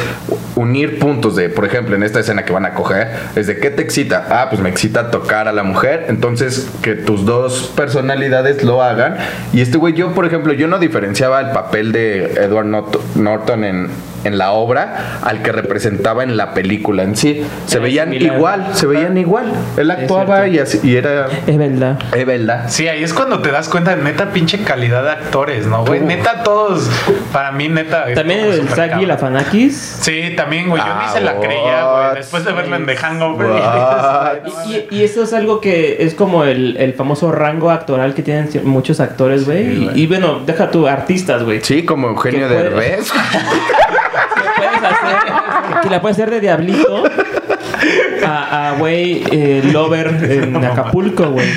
unir puntos de, por ejemplo, en esta escena que van a coger, es de qué te excita. Ah, pues me excita tocar a la mujer. Entonces, que tus dos personalidades lo hagan. Y este güey, yo, por ejemplo, yo no diferenciaba el papel de Edward Not- Norton en, en la obra al que representaba en la película en sí. Se Era veían similar. igual, se veían igual. Él actuaba y, así, y era. Es verdad. Es verdad. Sí, ahí es cuando te das cuenta de neta pinche calidad de actores, ¿no, güey? Uf. Neta todos, para mí neta... es También como el súper Zaki y la cabrón. Fanakis. Sí, también, güey. Yo Ah, ni se la what? creía, güey. Después de verlo en The Hangover. What? dices, güey, no Y, y eso es algo que es como el, el famoso rango actoral que tienen cier- muchos actores, güey. Y- y, bueno, deja tú, artistas, güey. Sí, como Eugenio Que puede- Derbez. Que puedes hacer, que la puedes hacer de diablito a, a, güey, eh, lover en Acapulco, güey.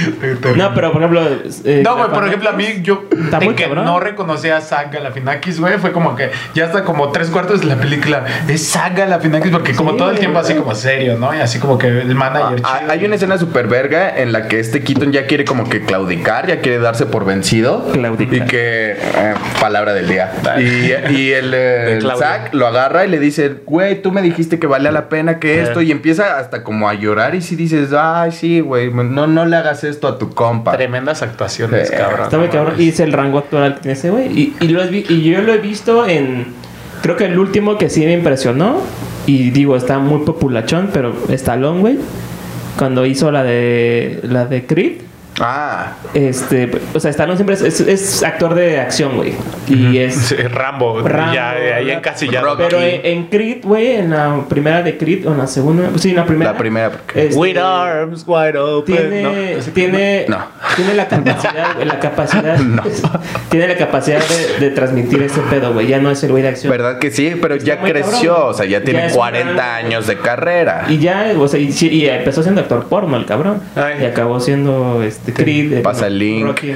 No, pero por ejemplo... eh, No, la güey, por Fanakis- ejemplo, a mí yo Está de muy que cabrón. no reconocía a Saga la Finakis, güey, fue como que ya hasta como tres cuartos de la película es Saga la Finakis, porque como Sí, todo el güey. tiempo así como serio, ¿no? Y así como que el manager Ah, chido. Hay una escena super verga en la que este Keaton ya quiere como que claudicar, ya quiere darse por vencido. Claudicar. Y que. eh, palabra del día. Dale. Y, y el, eh, el Claudio. Zack lo agarra y le dice, güey, tú me dijiste que valía la pena que Eh. esto. Y empieza hasta como a llorar. Y si dices, ay, sí, güey, no, no le hagas esto a tu compa. Tremendas actuaciones, Sí. cabrón. Está muy Ah, no cabrón. mames. Y es el rango actoral que tiene ese güey. Y, y lo has vi- y yo lo he visto en. Creo que el último que sí me impresionó. Y digo, está muy populachón, pero está long, güey. Cuando hizo la de. La de Creed. Ah, Este. O sea, Stallone siempre es, es- es actor de acción, güey. Y es. Sí, Rambo, Rambo, ya de ahí ¿verdad? encasillado. Rocky. Pero en, en Creed, güey, en la primera de Creed, o en la segunda. Sí, en la primera. la primera. porque- este, With arms wide open. tiene, ¿no? Así que- tiene, No. tiene la capacidad, güey, la capacidad, tiene la capacidad de, de transmitir ese pedo, güey. Ya no es el güey de acción. ¿Verdad que sí? Pero ya muy creció, cabrón. o sea, ya Ya tiene es un 40 gran- años de carrera. Y ya, o sea, y, sí- y empezó siendo actor porno el cabrón. Ay. Y acabó siendo este Creed. eh, Pasa no, el Link. Rocky.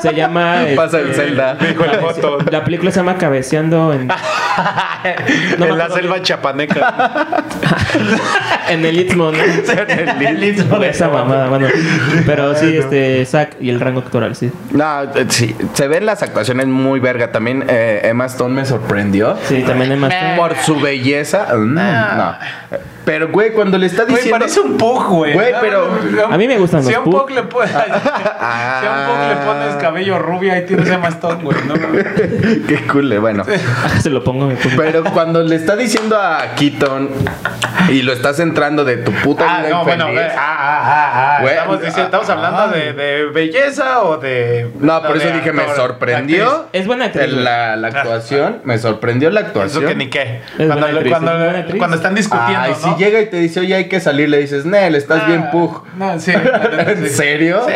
se llama. Pasa el este, Zelda. Dijo el foto. La película se llama Cabeceando en, me en la acuerdo selva chapaneca. en el Istmo, ¿no? el istmo de Esa mamada, bueno. Pero sí, este, Zack y el rango actoral, sí. No, eh, sí, se ven las actuaciones muy verga. También eh, Emma Stone me sorprendió Sí, también es más. por su belleza. Mm, no. Pero, güey, cuando le está Güey, diciendo... parece un pug, güey. Güey, pero- A mí me gustan si los a un pug pug. le pones, si a un pug le pones cabello rubio, ahí tienes a Mastón, güey. No, mames. Qué cool, eh, bueno. Se lo pongo en mi Pero cuando le está diciendo a Keaton y lo está centrando de tu puta Ah, vida no, bueno, infeliz. güey. Ah, ah, ah, ah. Güey, estamos, diciendo- ah, estamos hablando ah. de, de belleza o de. No, por de eso dije, me actor, sorprendió actriz. Es buena actriz, el- la, la actuación. Me sorprendió la actuación. Eso que ni qué. buena Cuando, actriz, cuando, es buena actriz. cuando están discutiendo. Ay, ¿no? si llega y te dice, oye, hay que salir, le dices, Nel, estás Ah, bien pug. No, sí. ¿En serio? Sí.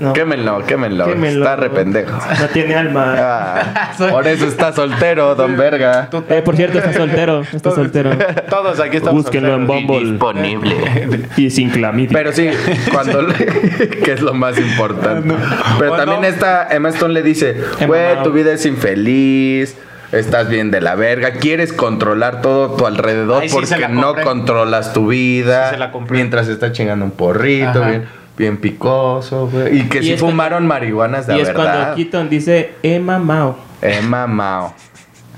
No. Quémenlo, quémenlo, Quémenlo. Está rependejo. No tiene alma. Ah, por eso está soltero, don Verga. Tú- Eh, por cierto, está soltero. Está soltero. Todos aquí estamos. Búsquenlo en solteros. Bumble. Disponible. Y sin clamidia. Pero sí, cuando le- que es lo más importante. Pero O también no. está Emma Stone le dice, Ah, Emma güey, Mao. tu vida es infeliz. Estás bien de la verga, quieres controlar todo tu alrededor Ay, sí, se porque la no compré. controlas tu vida. Sí, se la compré. mientras está chingando un porrito, Ajá. bien, bien picoso, güey. Y que Y sí es cuando- fumaron marihuanas de y es verdad. cuando Keaton dice Emma Mao. Emma Mao.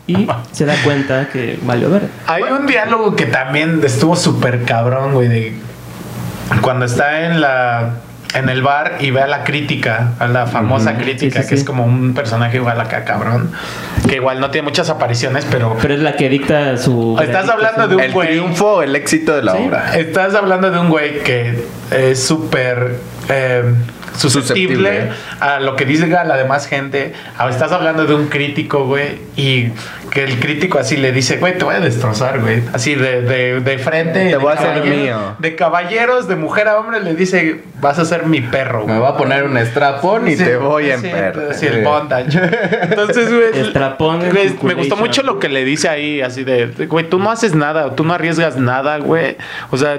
Y se da cuenta que valió ver. Hay un diálogo que también estuvo súper cabrón, güey, de cuando está en la en el bar y ve a la crítica, a la famosa crítica, sí, sí, sí. que es como un personaje igual acá, cabrón. Que igual no tiene muchas apariciones, pero Pero es la que dicta su. Estás veredicto, hablando su- de un El güey. triunfo, el éxito de la Sí. obra. Estás hablando de un güey que es súper eh, susceptible Susceptible. a lo que dice la demás gente. Ah, Estás hablando de un crítico, güey, y que el crítico así le dice, güey, te voy a destrozar, güey. Así de, de, de frente. Te de voy a hacer caballero- mío. De caballeros, de mujer a hombre, le dice, vas a ser mi perro, Me güey. voy a poner un strapón y Sí, te voy a sí, emperrar. Sí, el bondage. Entonces, güey. Estrapón en güey, me circulation. gustó mucho lo que le dice ahí, así de, güey, tú no haces nada, tú no arriesgas nada, güey. O sea,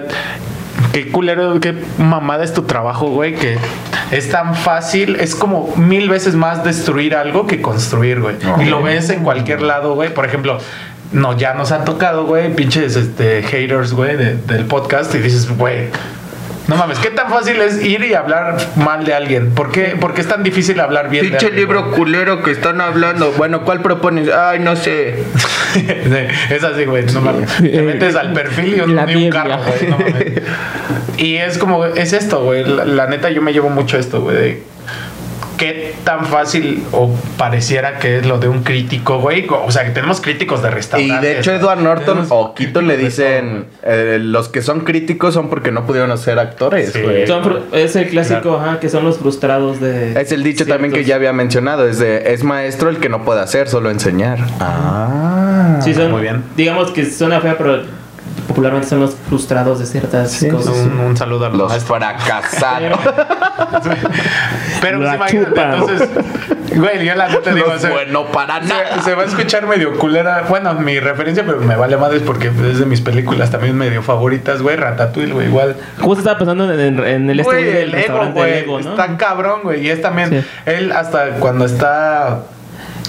qué culero, qué mamada es tu trabajo, güey, que es tan fácil, es como mil veces más destruir algo que construir, güey. Ok. Y lo ves en cualquier lado, güey. Por ejemplo, no, ya nos han tocado, güey, pinches este, haters, güey, de- del podcast y dices, güey. No mames, qué tan fácil es ir y hablar mal de alguien. ¿Por qué, por qué es tan difícil hablar bien de Pinche alguien? güey? libro culero que están hablando. Bueno, ¿cuál propones? Ay, no sé. Sí, es así, güey. No mames. Te metes al perfil y un, Eh, La y un Biblia. carro, güey. No mames. Y es como, es esto, güey. La, la neta, yo me llevo mucho esto, güey. de Qué tan fácil o pareciera que es lo de un crítico, güey. O sea, que tenemos críticos de Y restaurantes. de hecho, Edward Norton Tenemos o Quito le críticos de dicen: eh, los que son críticos son porque no pudieron ser actores, Sí. güey. Son fru- es el clásico, ajá, que son los frustrados de. Es el dicho también que ciertos- ya había mencionado, es de es maestro el que no puede hacer, solo enseñar. Ah. Sí, son, Muy bien. Digamos que suena fea, pero popularmente son los frustrados de ciertas todo. cosas. Un, un saludo a los Los maestros. Ah, fracasados. Pero pues, La imagínate, chupan. entonces, güey, yo la neta digo, o Los sea, bueno para Se, nada. se va a escuchar medio culera. Bueno, mi referencia, pero me vale madres porque es de mis películas también medio favoritas, güey. Ratatouille, güey, igual. Justo estaba pensando en, en- en el este Güey, güey del el ego, restaurante güey. del ego, ¿no? Está cabrón, güey. Y es también, Sí. él hasta cuando está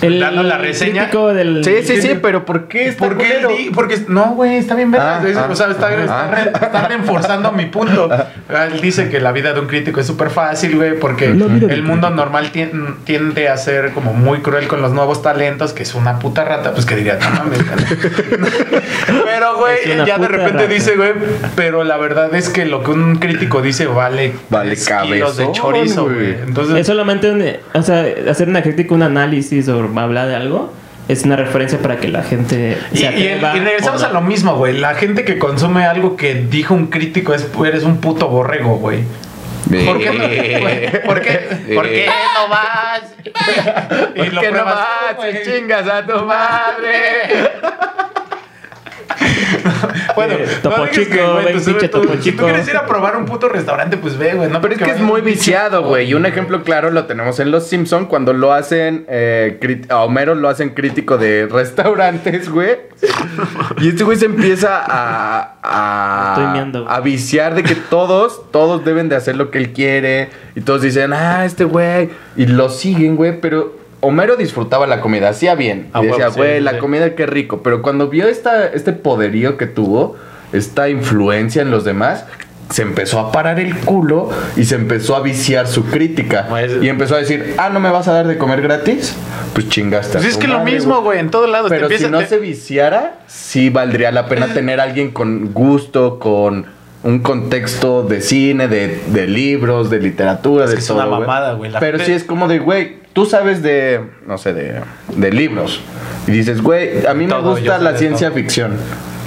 El dando la reseña. crítico del- Sí, sí, sí, pero ¿por qué está ¿Por qué culero? di- Porque no, güey, está bien vergas. Ah, Es- ah, o sea, está, ah, está ah. re- está reforzando mi punto. Él dice que la vida de un crítico es súper fácil, güey, porque La vida del el mundo normal tien- tiende a ser como muy cruel con los nuevos talentos, que es una puta rata, pues que diría, no mames. pero, güey, Es una ya de puta repente rata. dice, güey, pero la verdad es que lo que un crítico dice vale, Vale tres kilos de cabezón, chorizo, güey. güey. Entonces, Es solamente un- o sea, hacer una crítica, un análisis o hablar de algo es una referencia para que la gente Y, se y- atreva y regresamos o a no. lo mismo, güey. La gente que consume algo que dijo un crítico es eres un puto borrego, güey. ¿Por qué, no, güey? ¿Por qué? ¿Por qué no vas? Y ¿Por lo qué no pruebas vas? tú, güey. Te chingas a tu madre. Bueno, Eh, Topo digas que, Chico, güey, ven, tú pinche sabes, tú- Topo Si tú Chico. quieres ir a probar un puto restaurante, pues ve, güey. No Pero es que porque es vayas muy a un pinche- viciado, güey. Y un ejemplo claro lo tenemos en Los Simpson cuando lo hacen eh, crit- a Homero lo hacen crítico de restaurantes, güey. Y este güey se empieza a a, Estoy meando, güey. a viciar de que todos todos deben de hacer lo que él quiere y todos dicen "Ah, este güey" y lo siguen, güey, pero Homero disfrutaba la comida, hacía bien. Ah, Y decía, huevo, sí, güey, la sí. comida qué rico. Pero cuando vio esta, este poderío que tuvo, esta influencia en los demás, se empezó a parar el culo y se empezó a viciar su crítica. Pues- y empezó a decir, ah, ¿no me vas a dar de comer gratis? Pues chingaste. a Pues es tu que lo madre, mismo, güey. En todos lados. te Pero empieza- si no te- se viciara, sí valdría la pena tener a alguien con gusto, con un contexto de cine, de, de libros, de literatura, de que es todo, una güey. mamada, güey. La Pero gente- sí es como de, güey, tú sabes de, no sé, de, de libros. Y dices, güey, a mí me Todo, yo gusta sé la de ciencia todo. ficción.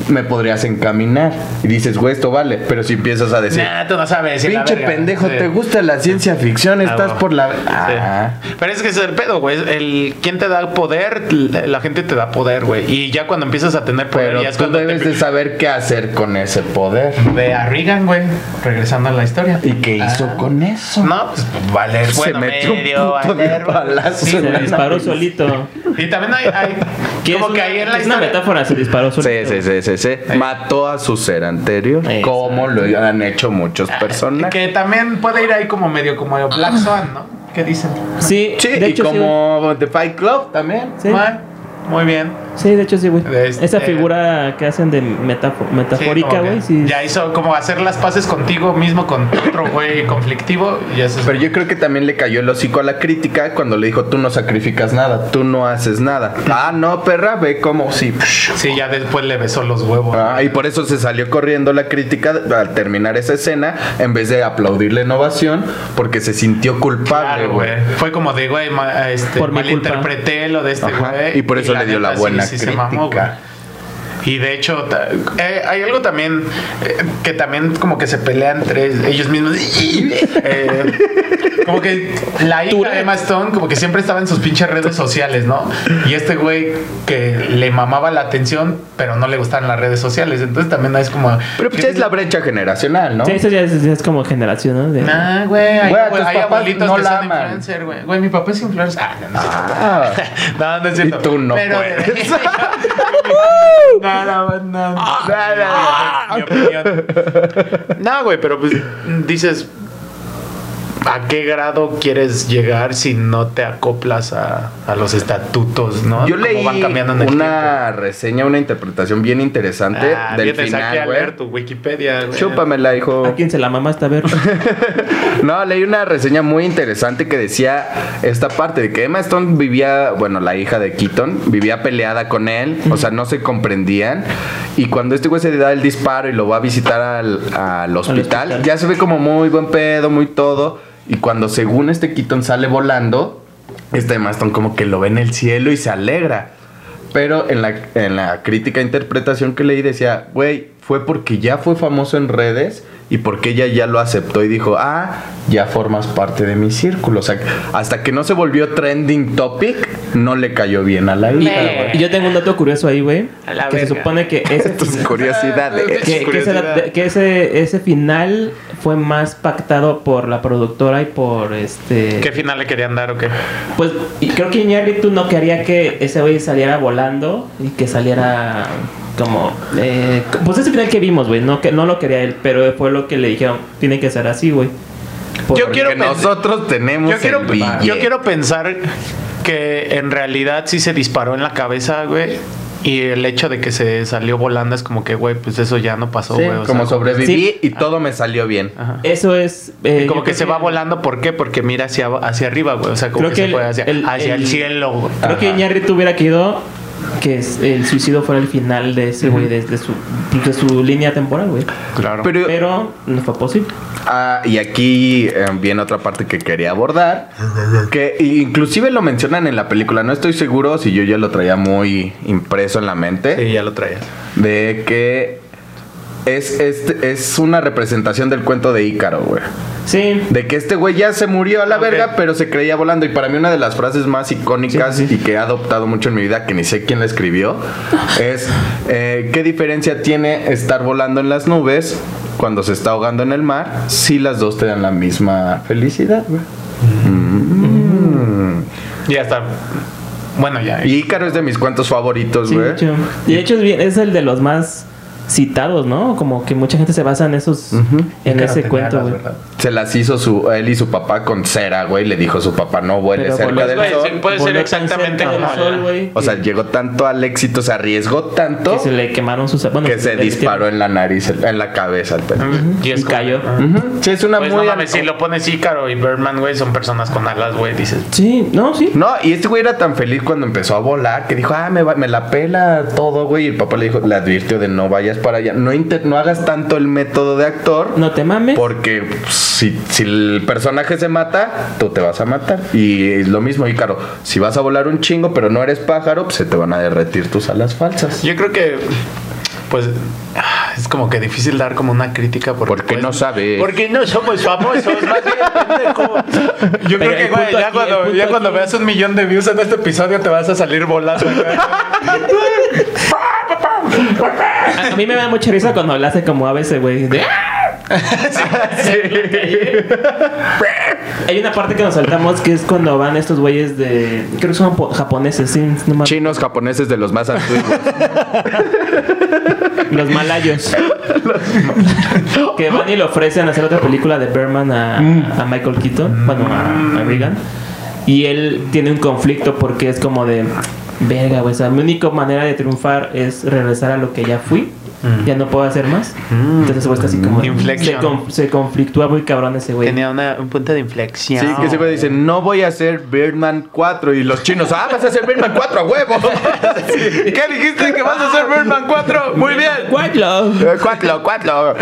Me podrías encaminar. Y dices, güey, esto vale. Pero si empiezas a decir, Nah, tú no sabes. y la pinche verga. pendejo, Sí. ¿te gusta la ciencia ficción? Estás güey. por la. Sí. Ah. Pero es que ese es el pedo, güey. El, ¿Quién te da poder? La la gente te da poder, güey. Y ya cuando empiezas a tener poder, Pero ya es tú cuando debes te... de saber qué hacer con ese poder. Ve a Reagan, güey. Regresando a la historia. Ah. ¿Y qué hizo con eso? No, pues valer, bueno, medio valer, güey. palazo Sí, en se la disparó nariz. solito. Y también hay... hay Que es como que una- ahí en la es una historia... metáfora, se disparó Sí, solito. sí, sí, sí, sí. Mató a su ser anterior. Exacto. Como lo han hecho muchas personas. Que también puede ir ahí como medio como Black Swan, ¿no? ¿Qué dicen? Sí, Sí, de y hecho, sí, como The Fight Club también. Sí. Bueno, Muy bien. Sí, de hecho sí, güey. Este- Esa figura que hacen de metafo- Sí, metafórica, como que güey. Sí, Ya hizo como hacer las paces contigo mismo, con otro güey conflictivo. Y eso es- Pero yo creo que también le cayó el hocico a la crítica cuando le dijo, tú no sacrificas nada, tú no haces nada. Ah, no, perra, ve cómo sí. Sí, ya después le besó los huevos. Ah, y por eso se salió corriendo la crítica al terminar esa escena, en vez de aplaudir la innovación, porque se sintió culpable, Claro, güey. güey. Fue como de, güey, ma- este, Por mi malinterpreté lo de este Ajá, güey. y por eso le dio la neta, buena se mamó, crítica. güey. y de hecho, ta- eh, hay algo también eh, que también como que se pelean entre ellos mismos. Eh, como que la hija de Emma Stone como que siempre estaba en sus pinches redes sociales, ¿no? Y este güey que le mamaba la atención, pero no le gustaban las redes sociales. Entonces también es como... Pero pues ya es la brecha generacional, ¿no? Sí, eso ya es, ya es como generación, ¿no? De- Nah, güey, hay, Güey, a güey, tus hay papás abuelitos no que la son aman. influencer, güey. Güey, mi papá es influencer. Ah, no, no, Ah, no, no es cierto. Y tú no puedes. no, no, no. Mi opinión. Ah, No, güey, pero pues dices, ¿a qué grado quieres llegar si no te acoplas a, a los estatutos, no? yo Cómo leí van cambiando en el tiempo. una reseña, una interpretación bien interesante Ah, del yo te saqué final, a güey. leer tu Wikipedia, güey. Chúpamela, hijo. ¿A quién se la mamaste a ver? No, leí una reseña muy interesante que decía esta parte de que Emma Stone vivía, bueno, la hija de Keaton, vivía peleada con él, o sea, no se comprendían. Y cuando este güey se le da el disparo y lo va a visitar al, al hospital, hospital. ya se ve como muy buen pedo, muy todo. Y cuando según este Keaton sale volando, este Emma Stone como que lo ve en el cielo y se alegra. Pero en la, en la crítica e interpretación que leí decía, güey, fue porque ya fue famoso en redes y porque ella ya lo aceptó y dijo, ah, ya formas parte de mi círculo. O sea, hasta que no se volvió trending topic, no le cayó bien a la hija. Me- güey. Y yo tengo un dato curioso ahí, güey. A la Que se verga. supone que ese Tus final- curiosidades. que, que ese, Curiosidad. que ese- ese final fue más pactado por la productora y por este. ¿Qué final le querían dar o qué? Pues y creo que Iñárritu no quería que ese güey saliera volando y que saliera como. eh, pues ese final que vimos, güey. No, que, no lo quería él, pero fue lo que le dijeron. Tiene que ser así, güey. Por- Yo Porque quiero pensar- nosotros tenemos Yo quiero, el billete. yo quiero pensar que en realidad sí se disparó en la cabeza, güey. Y el hecho de que se salió volando es como que, güey, pues eso ya no pasó, Sí, güey. o como sea, sobreviví Sí. y todo me salió bien. Ajá. Eso es. eh, Como yo que creo se va volando, ¿por qué? Porque mira hacia, hacia arriba, güey. O sea, como Creo que, que se el- fue hacia el- el, hacia el, el- cielo, güey. Creo que Ajá. Iñárritu hubiera querido que es- el suicidio fuera el final de ese güey, de, de su, de su línea temporal, güey. Claro. Pero, Pero no fue posible. Ah, y aquí eh, viene otra parte que quería abordar, que inclusive lo mencionan en la película, no estoy seguro si yo ya lo traía muy impreso en la mente, sí, ya lo traías. de que es, este- es una representación del cuento de Ícaro, güey. Sí. De que este güey ya se murió a la Ok. verga, pero se creía volando. Y para mí una de las frases más icónicas Sí, sí. y que he adoptado mucho en mi vida, que ni sé quién la escribió, es eh, ¿qué diferencia tiene estar volando en las nubes cuando se está ahogando en el mar si las dos te dan la misma felicidad? güey? Mm. Ya está. Bueno, ya. Y Ícaro es de mis cuentos favoritos, sí de güey. hecho. Y de hecho es, bien- es el de los más citados, ¿no? Como que mucha gente se basa en esos. En Claro, ese tenía cuento, alas, güey. ¿verdad? Se las hizo su, él y su papá con cera, güey. Le dijo su papá, no vuele Pero cerca voló- del Güey, sol. sí, puede ser Voló tan exactamente cerca del como sol, la- güey, O sea, que- llegó tanto al éxito, se arriesgó tanto. que se le quemaron sus bueno, que se le- disparó en la nariz, en la cabeza el perro. Y, es como- cayó. Ujú. Sí, es una Pues no muy. mames, si lo pones Ícaro y Birdman, güey, son personas con alas, güey, dices. Sí, no, sí. No, y este güey era tan feliz cuando empezó a volar que dijo, ah, me, va- me la pela todo, güey. Y el papá le dijo, le advirtió de no vayas para allá. No, inter- no hagas tanto el método de actor. No te mames. Porque si, si el personaje se mata, tú te vas a matar. Y es lo mismo, Ícaro. Si vas a volar un chingo, pero no eres pájaro, pues se te van a derretir tus alas falsas. Yo creo que, pues, ah, es como que difícil dar como una crítica porque, Porque pues, no sabes. Porque no somos famosos, más bien, pendejo. Pero Yo creo que, el güey, punto aquí- ya el cuando, punto ya cuando aquí- veas un millón de views en este episodio te vas a salir volando. güey. A, a mí me da mucha risa cuando le hace como a veces, güey. de- ¡Ah! Hay una parte que nos saltamos que es cuando van estos güeyes de. Creo que son japo- japoneses, sí. No mames. Chinos, japoneses de los más antiguos. Los malayos. que van y le ofrecen hacer otra película de Berman a, a Michael Keaton, bueno, a, a Reagan. Y él tiene un conflicto porque es como de. verga, güey, o sea, mi única manera de triunfar es regresar a lo que ya fui. Ya no puedo hacer más. Entonces, güey, está así como. Se, Mm. Inflexión. con- se conflictúa muy cabrón ese güey. Tenía una- un punto de inflexión. Sí, que ese güey dice, no voy a hacer Birdman 4. Y los chinos, ah, vas a hacer Birdman 4 a huevo. ¿Qué dijiste que vas a hacer Birdman 4? Muy bien. White love, Eh, Cuatlo, cuatlo.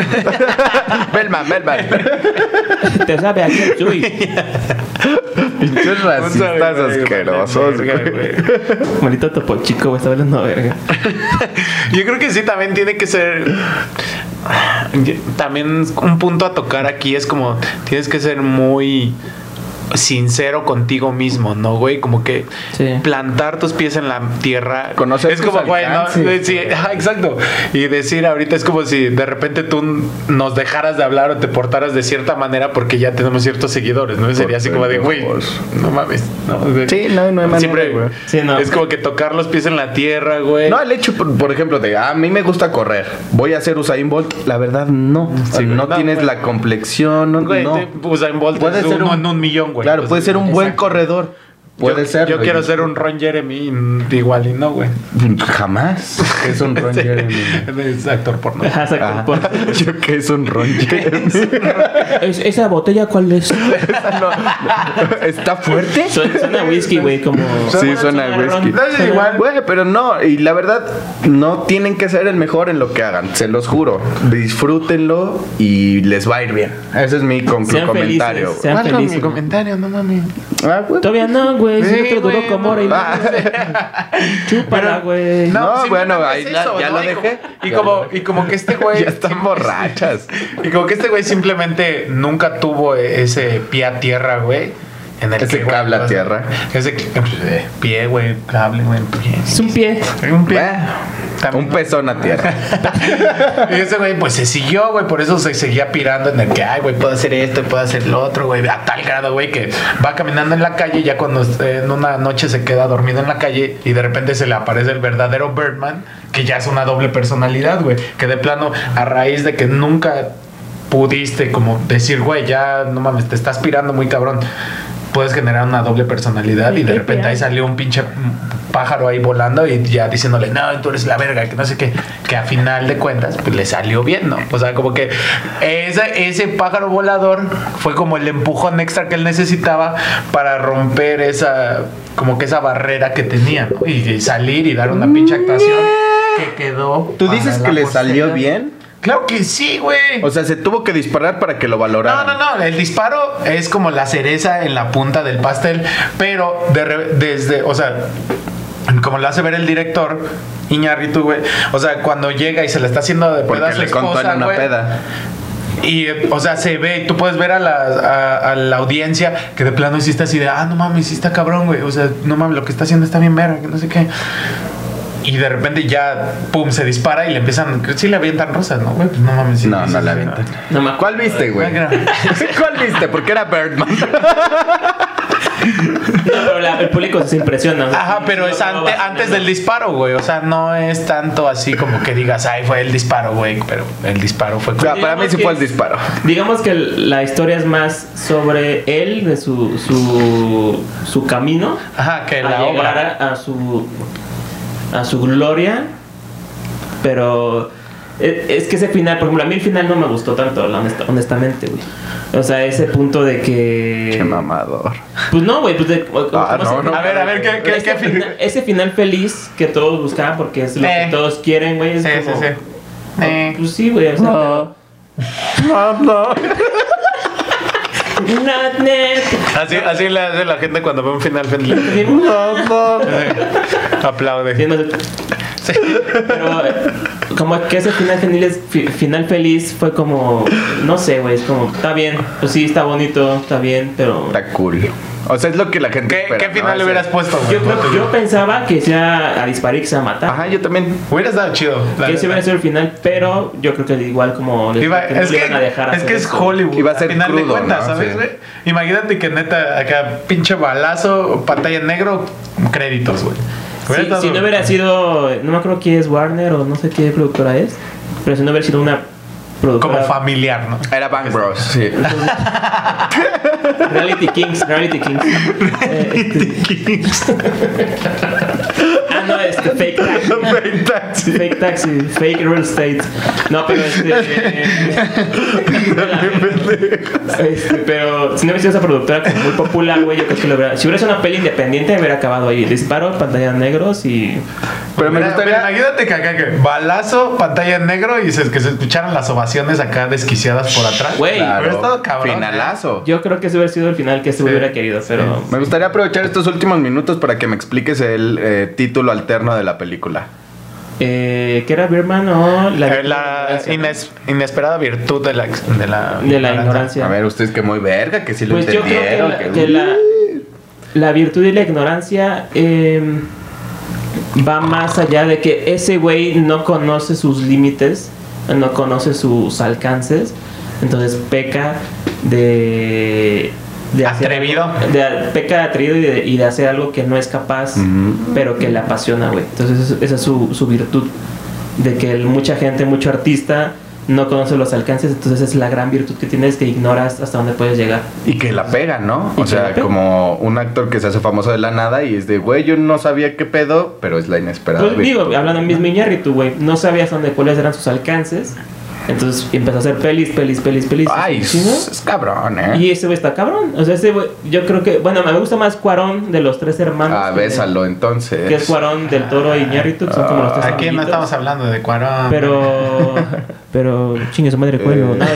Birdman, Birdman. te sabe a qué soy. Pinches racistas Güey, asquerosos. verga, güey. güey. Maldito topo chico, güey, está hablando verga. Yo creo que sí, también tiene que ser. También un punto a tocar aquí es como tienes que ser muy sincero contigo mismo, ¿no, güey? Como que Sí. plantar tus pies en la tierra. Conocer es tus como, güey, no, alcances. güey, sí, ajá, exacto. Y decir ahorita es como si de repente tú nos dejaras de hablar o te portaras de cierta manera porque ya tenemos ciertos seguidores, ¿no? Sería así como de, güey, pendejos. no mames. No, O sea, Sí, no, no hay manera, Siempre, güey. Sí, no. Es como que tocar los pies en la tierra, güey. No, el hecho, por, por ejemplo, de a mí me gusta correr, voy a ser Usain Bolt, la verdad no. Sí, no güey. tienes No, la complexión, no. Güey, no. te- Usain Bolt Puede es ser uno un- en un millón, güey. claro, puede Entonces, ser un buen exacto. corredor. Puede yo, ser. Yo güey. quiero ser un Ron Jeremy y igual y no, güey. Jamás. ¿Qué es un Ron Jeremy? Es actor porno. Ajá, exacto, Ah, por- yo que es un Ron Jeremy. ¿Es- ¿Esa botella cuál es? Esa no- no, Está fuerte. Suena, suena whisky, güey, como. Sí, suena a whisky. No, es igual. Güey, pero no, y la verdad, no tienen que ser el mejor en lo que hagan, se los juro. Disfrútenlo y les va a ir bien. Ese es mi conclu- Sean comentario. felices, sean Marca felices. mi comentario, no mames. Ah, güey. Todavía no, güey. Si Sí, no te duró güey, como hora y no. Ah, media. Chúpala, Pero- güey. No, simplemente bueno, es ahí ya- ya lo Y como- dejé. Y Ya como, lo dejé. y como que este güey. ya están borrachas. Y como que este güey simplemente nunca tuvo e-, ese pie a tierra, güey. En el Ese que, güey, cable a vas- tierra. Ese eh, pie, güey, cable, güey, pie. Es un pie. Un Bueno, También, un ¿no? pezón a tierra. Y ese güey, pues se siguió, güey. Por eso se seguía pirando en el que, ay, güey, puedo hacer esto, puedo hacer lo otro, güey. A tal grado, güey, que va caminando en la calle. y Ya cuando eh, en una noche se queda dormido en la calle y de repente se le aparece el verdadero Birdman, que ya es una doble personalidad, güey. Que de plano, a raíz de que nunca pudiste, como decir, güey, ya no mames, te estás pirando muy cabrón. Puedes generar una doble personalidad y de Sí, repente claro. ahí salió un pinche pájaro ahí volando y ya diciéndole, no, tú eres la verga, que no sé qué, que a final de cuentas, pues le salió bien, ¿no? O sea, como que ese, ese pájaro volador fue como el empujón extra que él necesitaba para romper esa, como que esa barrera que tenía, ¿no? Y, y salir y dar una pinche actuación que quedó. ¿Tú para dices la que le posteridad. salió bien? Claro que sí, güey. O sea, se tuvo que disparar para que lo No, valoraran. no, no. El disparo es como la cereza en la punta del pastel. Pero de re- desde, o sea, como lo hace ver el director, Iñarritu, güey. O sea, cuando llega y se le está haciendo de Porque pedas a su le contó esposa, en una güey, peda. Y, eh, o sea, se ve, tú puedes ver a la, a, a la audiencia que de plano hiciste así de, ah, no mames, sí está cabrón, güey. O sea, no mames, lo que está haciendo está bien verga, que no sé qué. Y de repente ya, pum, se dispara y le empiezan, sí le avientan rosas, ¿no, güey? Pues no mames. sí, No, sí, no sí, la sí, avientan. No me acuerdo. ¿Cuál viste, güey? Ah, ¿Cuál viste? Porque era Birdman. No, pero la- el público se impresiona. o sea, Ajá, sí, pero sí, es no, no ante- va a- antes del disparo, güey. O sea, no es tanto así como que digas, ay, fue el disparo, güey. Pero el disparo fue O sea, como... para mí sí fue el disparo. Digamos que la historia es más sobre él, de su, su, su camino. Ajá, que a Ah, la llegar obra. a, a su a su gloria pero e- es que ese final por ejemplo a mí el final no me gustó tanto la honesta- honestamente güey o sea ese punto de Qué que mamador. pues no güey pues de- o- o- Ah, ¿cómo se- no, A ver, a ver, ¿qué, qué, Este qué fin- fina- ese final feliz que todos buscaban porque es lo Sí. que todos quieren güey es Eh. Sí, sí, como- sí. Eh. pues sí güey o sea, No, no. Not net. Así, así le hace la gente cuando ve un final feliz. No, no. Aplaude. Entiendo. Pero eh, como que ese final feliz, fi- final feliz fue como, no sé, güey, es como, está bien, pues sí, está bonito, está bien, pero... Está cool. O sea, es lo que la gente. ¿Qué, espera, qué ¿no? final le Ese- hubieras puesto, güey? Yo, creo- yo pensaba que sea a disparar y que se va a matar. Ajá, yo también. Hubiera estado chido. la que ese hubiera neta. sido el final, pero yo creo que igual como... les- Iba- que no es le que, iban a dejar es, hacer que es eso. Hollywood. Iba a al ser final de crudo, cuentas, ¿no? ¿sabes, Sí. güey? Imagínate que neta, acá pinche balazo, pantalla en negro, créditos, güey. Sí, Hubiera estado- si no hubiera sido, no me acuerdo quién es Warner o no sé qué productora es, pero si no hubiera sido una Como productora... familiar, ¿no? Era Bang Bros. Sí. Reality Kings, Reality Kings. Eh, este- este, fake taxi. Fake taxi. Fake taxi, fake real estate. No, pero este. eh, este, pero si no hubiese sido esa productora como muy popular, güey, yo creo que lo hubiera. Si hubiera sido una peli independiente, hubiera acabado ahí. Disparo, pantallas negros y. Pero me Mira, gustaría. pero imagínate que acá que balazo, pantalla en negro y se, que se escucharan las ovaciones acá desquiciadas por atrás. Güey. Claro, Hubiera estado cabrón. Finalazo. Yo creo que ese hubiera sido el final que se hubiera querido, pero. Me gustaría aprovechar estos últimos minutos para que me expliques el eh, título alterno de la película. Eh, ¿Qué era Birman o Eh, La, la, ignorancia, ¿no? ines- inesperada virtud de la, de la, de la ignorancia? A ver, ustedes que muy verga, que sí lo Pues yo creo entendieron. que la, que- ¡Uh! que la- la virtud y la ignorancia eh, va más allá de que ese güey no conoce sus límites, no conoce sus alcances, entonces peca de... de hacer Atrevido. algo- de- peca de atrevido y de, y de hacer algo que no es capaz, Ujú. pero que le apasiona, güey. Entonces esa es su, su virtud, de que el- mucha gente, mucho artista no conoce los alcances, entonces es la gran virtud que tienes que ignoras hasta dónde puedes llegar. Y que la pega, ¿no? Y O que la sea, pega. como un actor que se hace famoso de la nada y es de, güey, yo no sabía qué pedo, pero es la inesperada. Pues digo, virtud". hablando mismo Iñárritu, güey, no sabías dónde cuáles eran sus alcances. Entonces empezó a hacer pelis, pelis, pelis, pelis. Ay, ¿sí, no? es, es cabrón, ¿eh? Y ese güey está cabrón. O sea, ese güey, yo creo que, bueno, me gusta más Cuarón de los tres hermanos. Ah, que- eh, bésalo entonces. Que es Cuarón del Toro e Iñárritu, que son como los tres Aquí no amiguitos. estamos hablando de Cuarón. Pero, pero, chingue su madre, cuello. Eh. No, es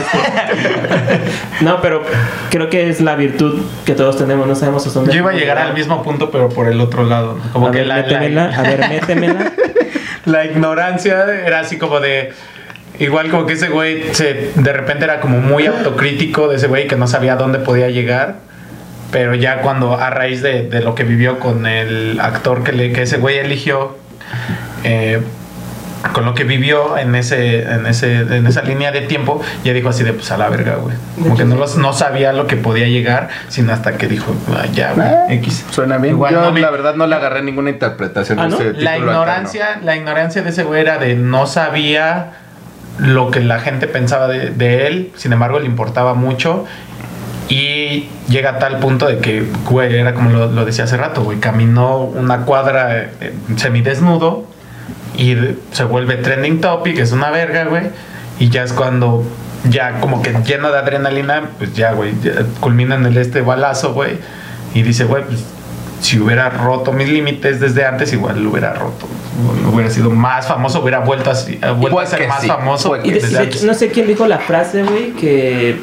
que- no, pero creo que es la virtud que todos tenemos, no sabemos hasta dónde. Yo iba a llegar al mismo punto, pero por el otro lado. ¿no? Como a que ver, la, métemela, la- a ver, métemela. la ignorancia era así como de. Igual como que ese güey se, de repente era como muy autocrítico de ese güey que no sabía dónde podía llegar. Pero ya cuando, a raíz de, de lo que vivió con el actor que, le, que ese güey eligió, eh, con lo que vivió en, ese, en, ese, en esa línea de tiempo, ya dijo así de pues a la verga, güey. Como que no, los, no sabía lo que podía llegar, sino hasta que dijo, "Ah, ya, güey, X. Eh, Suena bien. Igual yo, no me- la verdad, no le agarré ninguna interpretación Ah, de ¿no? ese título La alterno. ignorancia, la ignorancia de ese güey era de no sabía lo que la gente pensaba de, de él, sin embargo le importaba mucho y llega a tal punto de que, güey, era como lo, lo decía hace rato, güey, caminó una cuadra eh, eh, semidesnudo y de- se vuelve trending topic, es una verga, güey, y ya es cuando ya como que lleno de adrenalina, pues ya, güey, ya culmina en el este balazo, güey, y dice, güey, pues si hubiera roto mis límites desde antes, igual lo hubiera roto. Hubiera sido más famoso, hubiera vuelto a, si- vuelto Puede a ser que más sí, famoso. puede Y de- y que desde de- antes. no sé quién dijo la frase, güey, que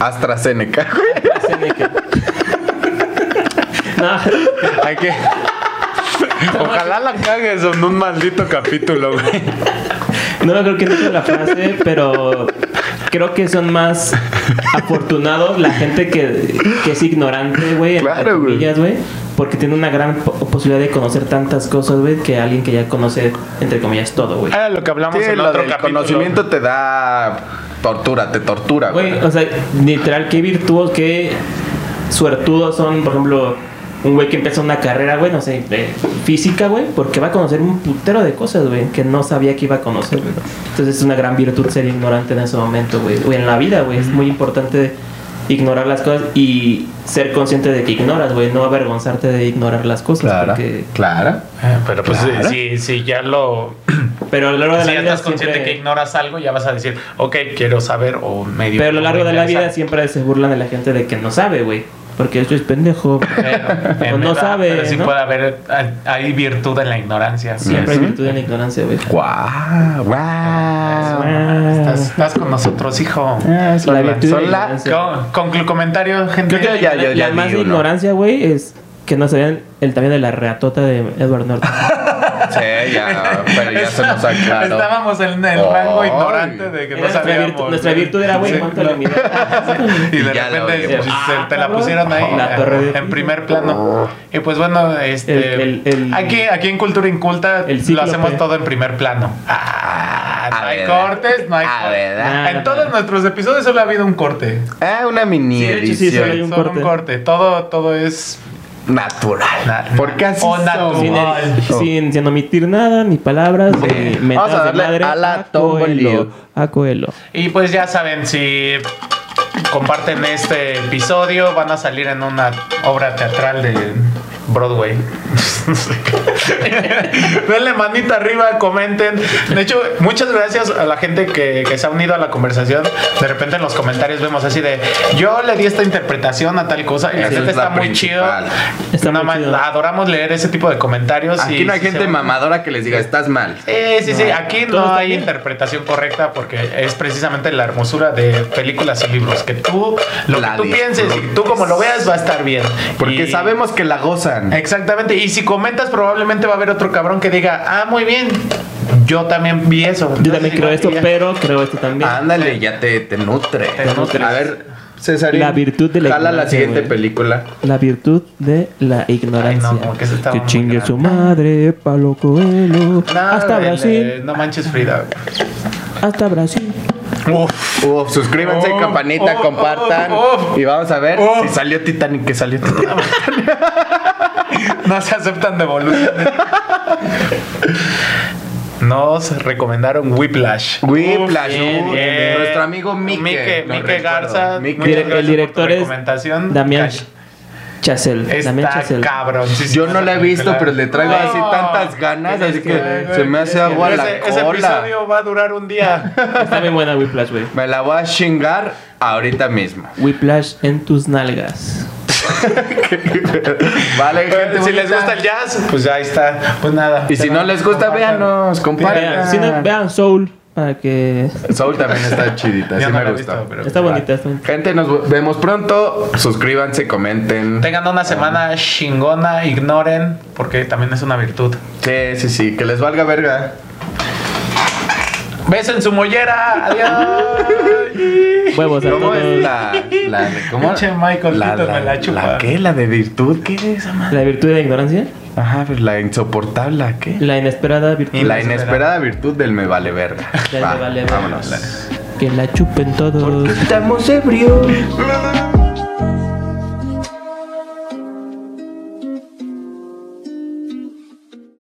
AstraZeneca. AstraZeneca. No, Hay que- Ojalá la cagues en un maldito capítulo, güey. no creo que dijo la frase, pero creo que son más afortunados la gente que, que es ignorante, güey, entre Claro, güey. comillas, güey, porque tiene una gran po- posibilidad de conocer tantas cosas, güey, que alguien que ya conoce, entre comillas, todo, güey. Era Ah, lo que hablamos Sí, en lo otro del capítulo. conocimiento te da tortura, te tortura, Güey, güey. o sea, literal, qué virtuos, qué suertudos son, por ejemplo, un güey que empieza una carrera, güey, no sé, de física, güey, porque va a conocer un putero de cosas, güey, que no sabía que iba a conocer, güey. Entonces es una gran virtud ser ignorante en ese momento, güey. O en la vida, güey, es muy importante ignorar las cosas y ser consciente de que ignoras, güey, no avergonzarte de ignorar las cosas. Clara, Porque... Clara. Eh, Pero pues Claro. si, si ya lo... Pero a lo largo de si la ya vida estás consciente siempre- que ignoras algo, ya vas a decir, ok, quiero saber o medio... Pero a lo largo me de la vida interesa". siempre se burlan de la gente de que no sabe, güey. Porque esto es pendejo. Pero, O en Pues no verdad, sabe, Pero sí ¿no? puede haber... hay- Hay virtud en la ignorancia. Siempre hay Ujú. virtud en la ignorancia, güey. Guau, guau. Ah, Estás, estás con nosotros, hijo. Ah, son La la- virtud de son la la- ignorancia. Con, conclu comentario, gente. Creo que la, Ya, ya, ya la más vi uno. ignorancia, güey, es que no sabían el tamaño de la reatota de Edward Norton. Sí, ya, Ah, pero ya se nos aclaró. Estábamos en el rango Ay. ignorante de que Era no nuestra, sabíamos. virtud, nuestra virtud era, güey, Sí, cuánto no. le midía. Y de Ya lo repente vimos. pues, Ah, se- te la cabrón. pusieron ahí La torre de eh, en Pisa. primer plano. Y pues bueno, este, El- el- el- aquí, aquí en Cultura Inculta El lo cíclope. hacemos todo en primer plano. Ah, no A hay ver. cortes, no hay A cortes. ver. Ah, En todos nuestros episodios solo ha habido un corte. Ah, una mini Sí, de hecho, sí, edición. solo hay un Solo un corte. corte. Todo, todo es Natural. Na- ¿Por qué así o somos? sin, natural. el- sin, sin omitir nada, ni palabras, ni Vamos mentadas a de darle madre. a la Coelho. Tombolío. A Coelho. Y pues ya saben, si comparten este episodio, van a salir en una obra teatral de Broadway. Denle manita arriba, comenten. De hecho, muchas gracias a la gente que, que se ha unido a la conversación. De repente en los comentarios vemos así de, yo le di esta interpretación a tal cosa y la Esa gente es la está muy chido. principal. Está No muy man- chido. Adoramos leer ese tipo de comentarios. Aquí y no hay sí se gente van- mamadora que les diga, estás mal. Eh, sí, sí, aquí todo no está hay bien. interpretación correcta porque es precisamente la hermosura de películas y libros. Que tú, lo La que tú pienses y disfrutes. tú como lo veas va a estar bien. Porque Y- sabemos que la gozan. Eh, Exactamente, y si comentas probablemente va a haber otro cabrón que diga, ah, muy bien, yo también vi eso. Yo también Entonces, creo igual, esto, ya. pero creo esto también. Ándale, ya te, te nutre. Te nutre. A ver, César. La virtud de la Jala la ignorancia, siguiente güey. película. La virtud de la ignorancia. Ay, no, como que eso estaba muy chingue grande. su madre, palo coelho. No, hasta el, Brasil, eh, no manches Frida. hasta Brasil. Uf, Uf, suscríbanse, Oh, campanita, oh, compartan. oh, oh. y vamos a ver Oh. si salió Titanic, que salió Titanic. no se aceptan devoluciones. Nos recomendaron Whiplash. Whiplash, Uf, uh, nuestro amigo Mike Mike, nos Mike recordó. Garza. Mike. muchas Dire- el gracias por tu director es recomendación. Damián Cash. Chacel. Damián Está Chacel. cabrón. sí, sí, Yo esa no la he visto, película. pero le traigo así No. tantas ganas, así que Ay, güey, se me hace agua ese, la Ese cola. episodio va a durar un día. Está bien buena Whiplash, güey. Me la voy a chingar ahorita mismo. Whiplash en tus nalgas. Vale, gente si les bonita. gusta el jazz, pues ya ahí está. Pues nada. Y si no les gusta, véanos, Vean, compartan. si no, vean Soul para que Soul también está chidita, Yo sí no la me he gusta. visto, pero- está bonita. Está bonita. Gente, nos vemos pronto. Suscríbanse, comenten. Tengan una semana chingona, ignoren, porque también es una virtud. Sí, sí, sí, que les valga verga. Besen su mollera. Adiós. Huevos a ¿Cómo es todos. La... la, la cómo? Pinche Michael Keaton me la chupa. qué? ¿La de virtud? ¿Qué es esa madre? virtud de la ignorancia. Ajá, pues la insoportable, ¿la ¿qué? La inesperada virtud. La inesperada. inesperada virtud del me vale verga. Del me Va, vale verga. Vámonos. Que la chupen todos. Estamos ebrios.